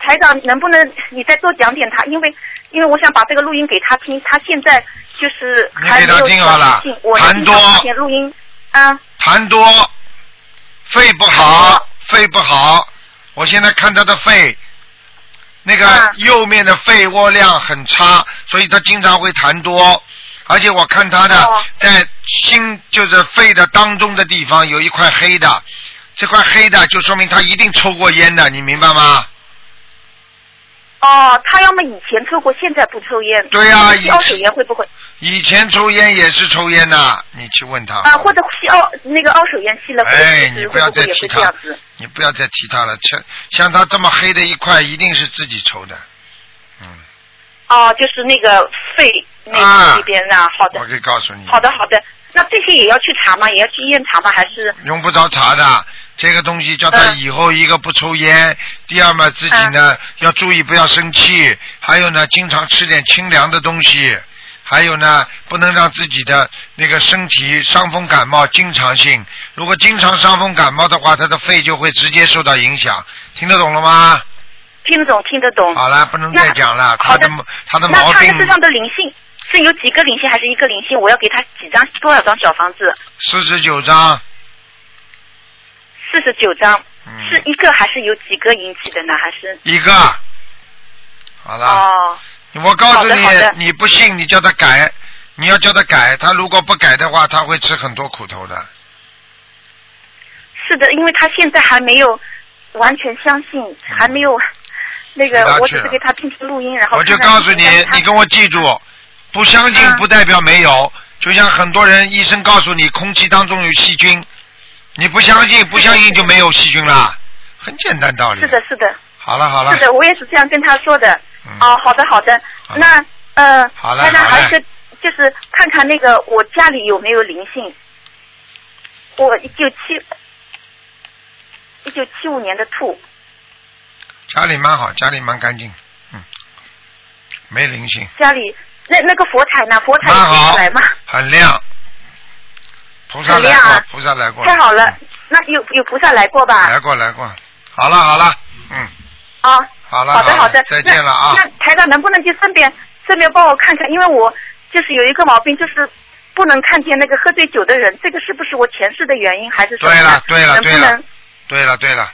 Speaker 9: 台长能不能你再多讲点他？因为因为我想把这个录音给他听，他现在就是
Speaker 1: 你
Speaker 9: 还
Speaker 1: 给
Speaker 9: 没
Speaker 1: 他
Speaker 9: 有
Speaker 1: 听好了
Speaker 9: 相信我
Speaker 1: 痰
Speaker 9: 听
Speaker 1: 多
Speaker 9: 到之前录音，啊，
Speaker 1: 痰多，肺不
Speaker 9: 嗯
Speaker 1: 好，肺不好。我现在看他的肺，那
Speaker 9: 嗯
Speaker 1: 个右面的肺窝量很差，所以他经常会痰多。而且我看他
Speaker 9: 哦
Speaker 1: 的在心就是肺的当中的地方有一块黑的，这块黑的就说明他一定抽过烟的，你明白吗？
Speaker 9: 哦，他要么以前抽过，现在不抽烟，
Speaker 1: 对呀
Speaker 9: 吸
Speaker 1: 以
Speaker 9: 二手烟会不会？
Speaker 1: 以前抽烟也是抽烟的，你去问他。
Speaker 9: 啊，或者吸二那个二手烟吸了，会
Speaker 1: 哎，
Speaker 9: 不
Speaker 1: 你
Speaker 9: 是
Speaker 1: 不
Speaker 9: 会
Speaker 1: 要
Speaker 9: 不
Speaker 1: 再
Speaker 9: 会也
Speaker 1: 提
Speaker 9: 会这
Speaker 1: 他
Speaker 9: 样子？，
Speaker 1: 你不要再提他了。像像他这么黑的一块，一定是自己抽的。
Speaker 9: 哦，就是那个肺那
Speaker 1: 啊嗯
Speaker 9: 那边啊，好的
Speaker 1: 我，可以告诉你，
Speaker 9: 好的，好的。那这些也要去查吗？也要去医院查吗？还是
Speaker 1: 用不着查的。这个东西叫他
Speaker 9: 嗯
Speaker 1: 以后一个不抽烟，第二嘛自己呢、要注意不要生气，还有呢经常吃点清凉的东西，还有呢不能让自己的那个身体伤风感冒经常性。如果经常伤风感冒的话，他的肺就会直接受到影响。听得懂了吗？
Speaker 9: 听得懂，听得懂。
Speaker 1: 好了，不能再讲了。他
Speaker 9: 好
Speaker 1: 的
Speaker 9: 的
Speaker 1: 毛他的
Speaker 9: 那
Speaker 1: 毛
Speaker 9: 他
Speaker 1: 病
Speaker 9: 的身上的灵性是有几个灵性，还是一个灵性？我要给他几张多少张小房子？
Speaker 1: 四十九章，
Speaker 9: 四十九张，
Speaker 1: 嗯
Speaker 9: 是一个还是有几个引起的呢？还是
Speaker 1: 一个，好了。
Speaker 9: 哦
Speaker 1: 我告诉你
Speaker 9: 好的好的，
Speaker 1: 你不信，你叫他改，你要叫他改，他如果不改的话，他会吃很多苦头的。
Speaker 9: 是的，因为他现在还没有完全相信，还没有那
Speaker 1: 嗯
Speaker 9: 个
Speaker 1: 给他，
Speaker 9: 我
Speaker 1: 去
Speaker 9: 只是
Speaker 1: 了
Speaker 9: 给他听听录音，然后
Speaker 1: 我就
Speaker 9: 看看
Speaker 1: 告诉你
Speaker 9: 怎么样，他
Speaker 1: 你跟我记住，不相
Speaker 9: 嗯
Speaker 1: 信不代表没有。就像很多人医生告诉你，空气当中有细菌，你不相信，不相信就没有细菌啦，很简单道理
Speaker 9: 是。的，是的，
Speaker 1: 好了好了嗯
Speaker 9: 是，的，我也是这样跟他说的。哦，好的，好的。那呃，
Speaker 1: 好哎了
Speaker 9: 台长
Speaker 1: 好了
Speaker 9: 还有一个就是看看那个我家里有没有灵性。我一九七一九七五年的兔，
Speaker 1: 家里蛮好，家里蛮干净，嗯，没灵性，
Speaker 9: 家里那那个佛台呢？佛台
Speaker 1: 蛮
Speaker 9: 有
Speaker 1: 好
Speaker 9: 出来吗？
Speaker 1: 很亮，菩萨
Speaker 9: 很
Speaker 1: 来
Speaker 9: 亮
Speaker 1: 过
Speaker 9: 啊，
Speaker 1: 菩萨来过，
Speaker 9: 太好了，那有有菩萨来过吧？
Speaker 1: 来过来过，好了好了，嗯，
Speaker 9: 啊，
Speaker 1: 好了
Speaker 9: 好的好的，
Speaker 1: 再见了啊
Speaker 9: 那。那台长能不能就顺便顺便帮我看看？因为我就是有一个毛病，就是不能看见那个喝醉酒的人，这个是不是我前世的原因还是什么？
Speaker 1: 对了对了
Speaker 9: 能
Speaker 1: 对
Speaker 9: 不
Speaker 1: 了
Speaker 9: 能
Speaker 1: 对了对了，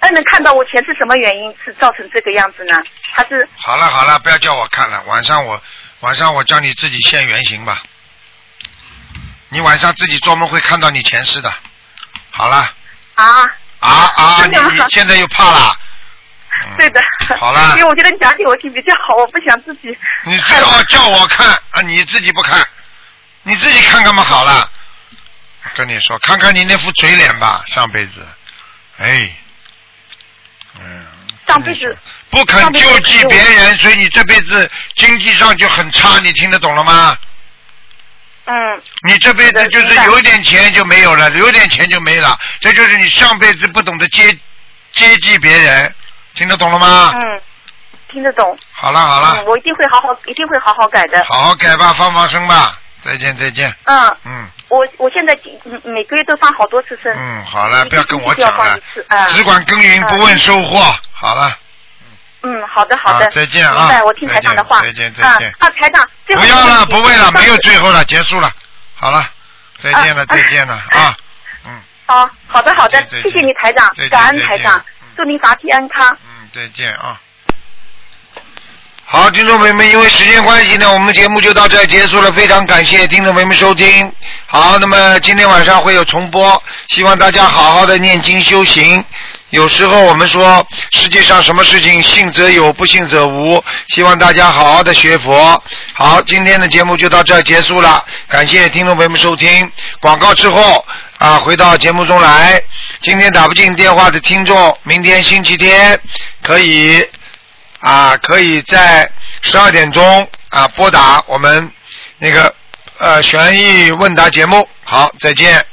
Speaker 9: 哎能看到我前世什么原因是造成这个样子呢？他是
Speaker 1: 好了好了，不要叫我看了，晚上我晚上我叫你自己现原形吧。你晚上自己做梦会看到你前世的。好了
Speaker 9: 啊，
Speaker 1: 啊啊，
Speaker 9: 真
Speaker 1: 你
Speaker 9: 的吗
Speaker 1: 你现在又怕了？
Speaker 9: 对的。
Speaker 1: 嗯好啦
Speaker 9: 因为我觉得你讲给我听比较好，我不想自己。
Speaker 1: 你最好叫我看啊，你自己不看，你自己看看嘛好了。我跟你说，看看你那副嘴脸吧，上辈子，哎，嗯，
Speaker 9: 上辈子
Speaker 1: 不肯救济别人，所以你这辈子经济上就很差，你听得懂了吗？
Speaker 9: 嗯，
Speaker 1: 你这辈子就是有点钱就没有了，有点钱就没了，这就是你上辈子不懂得接接济别人，听得懂了吗？
Speaker 9: 嗯，听得懂。
Speaker 1: 好了好了，
Speaker 9: 嗯，我一定会好好，一定会好好改的。
Speaker 1: 好好改吧，放放生吧，再见再见，
Speaker 9: 嗯，
Speaker 1: 嗯
Speaker 9: 我我现在嗯每个月都放好多次生。
Speaker 1: 嗯，好了，不要跟我
Speaker 9: 一定
Speaker 1: 讲
Speaker 9: 要放
Speaker 1: 了
Speaker 9: 一，次啊。
Speaker 1: 只管耕耘不问收获，好了，
Speaker 9: 嗯，好的，好的，
Speaker 1: 啊再见啊
Speaker 9: 明白，我听台长的话。
Speaker 1: 再见再见再见
Speaker 9: 啊啊，台长，最后
Speaker 1: 不要了，
Speaker 9: 一个
Speaker 1: 不
Speaker 9: 问题
Speaker 1: 为了，没有
Speaker 9: 上次
Speaker 1: 最后了，结束了，好了，再见了
Speaker 9: 啊啊
Speaker 1: 再见了啊，
Speaker 9: 好，哦好的，好的
Speaker 1: 再见再，
Speaker 9: 谢
Speaker 1: 见
Speaker 9: 谢你，台长
Speaker 1: 再见，
Speaker 9: 感恩
Speaker 1: 再见
Speaker 9: 台长，祝您法体安康。
Speaker 1: 嗯再见啊。好，听众朋友们，因为时间关系呢，我们节目就到这儿结束了。非常感谢听众朋友们收听。好，那么今天晚上会有重播，希望大家好好的念经修行。有时候我们说世界上什么事情信则有，不信则无，希望大家好好的学佛。好，今天的节目就到这儿结束了，感谢听众朋友们收听。广告之后啊，回到节目中来。今天打不进电话的听众，明天星期天可以啊，可以在十二点钟啊拨打我们那个呃悬疑问答节目。好，再见。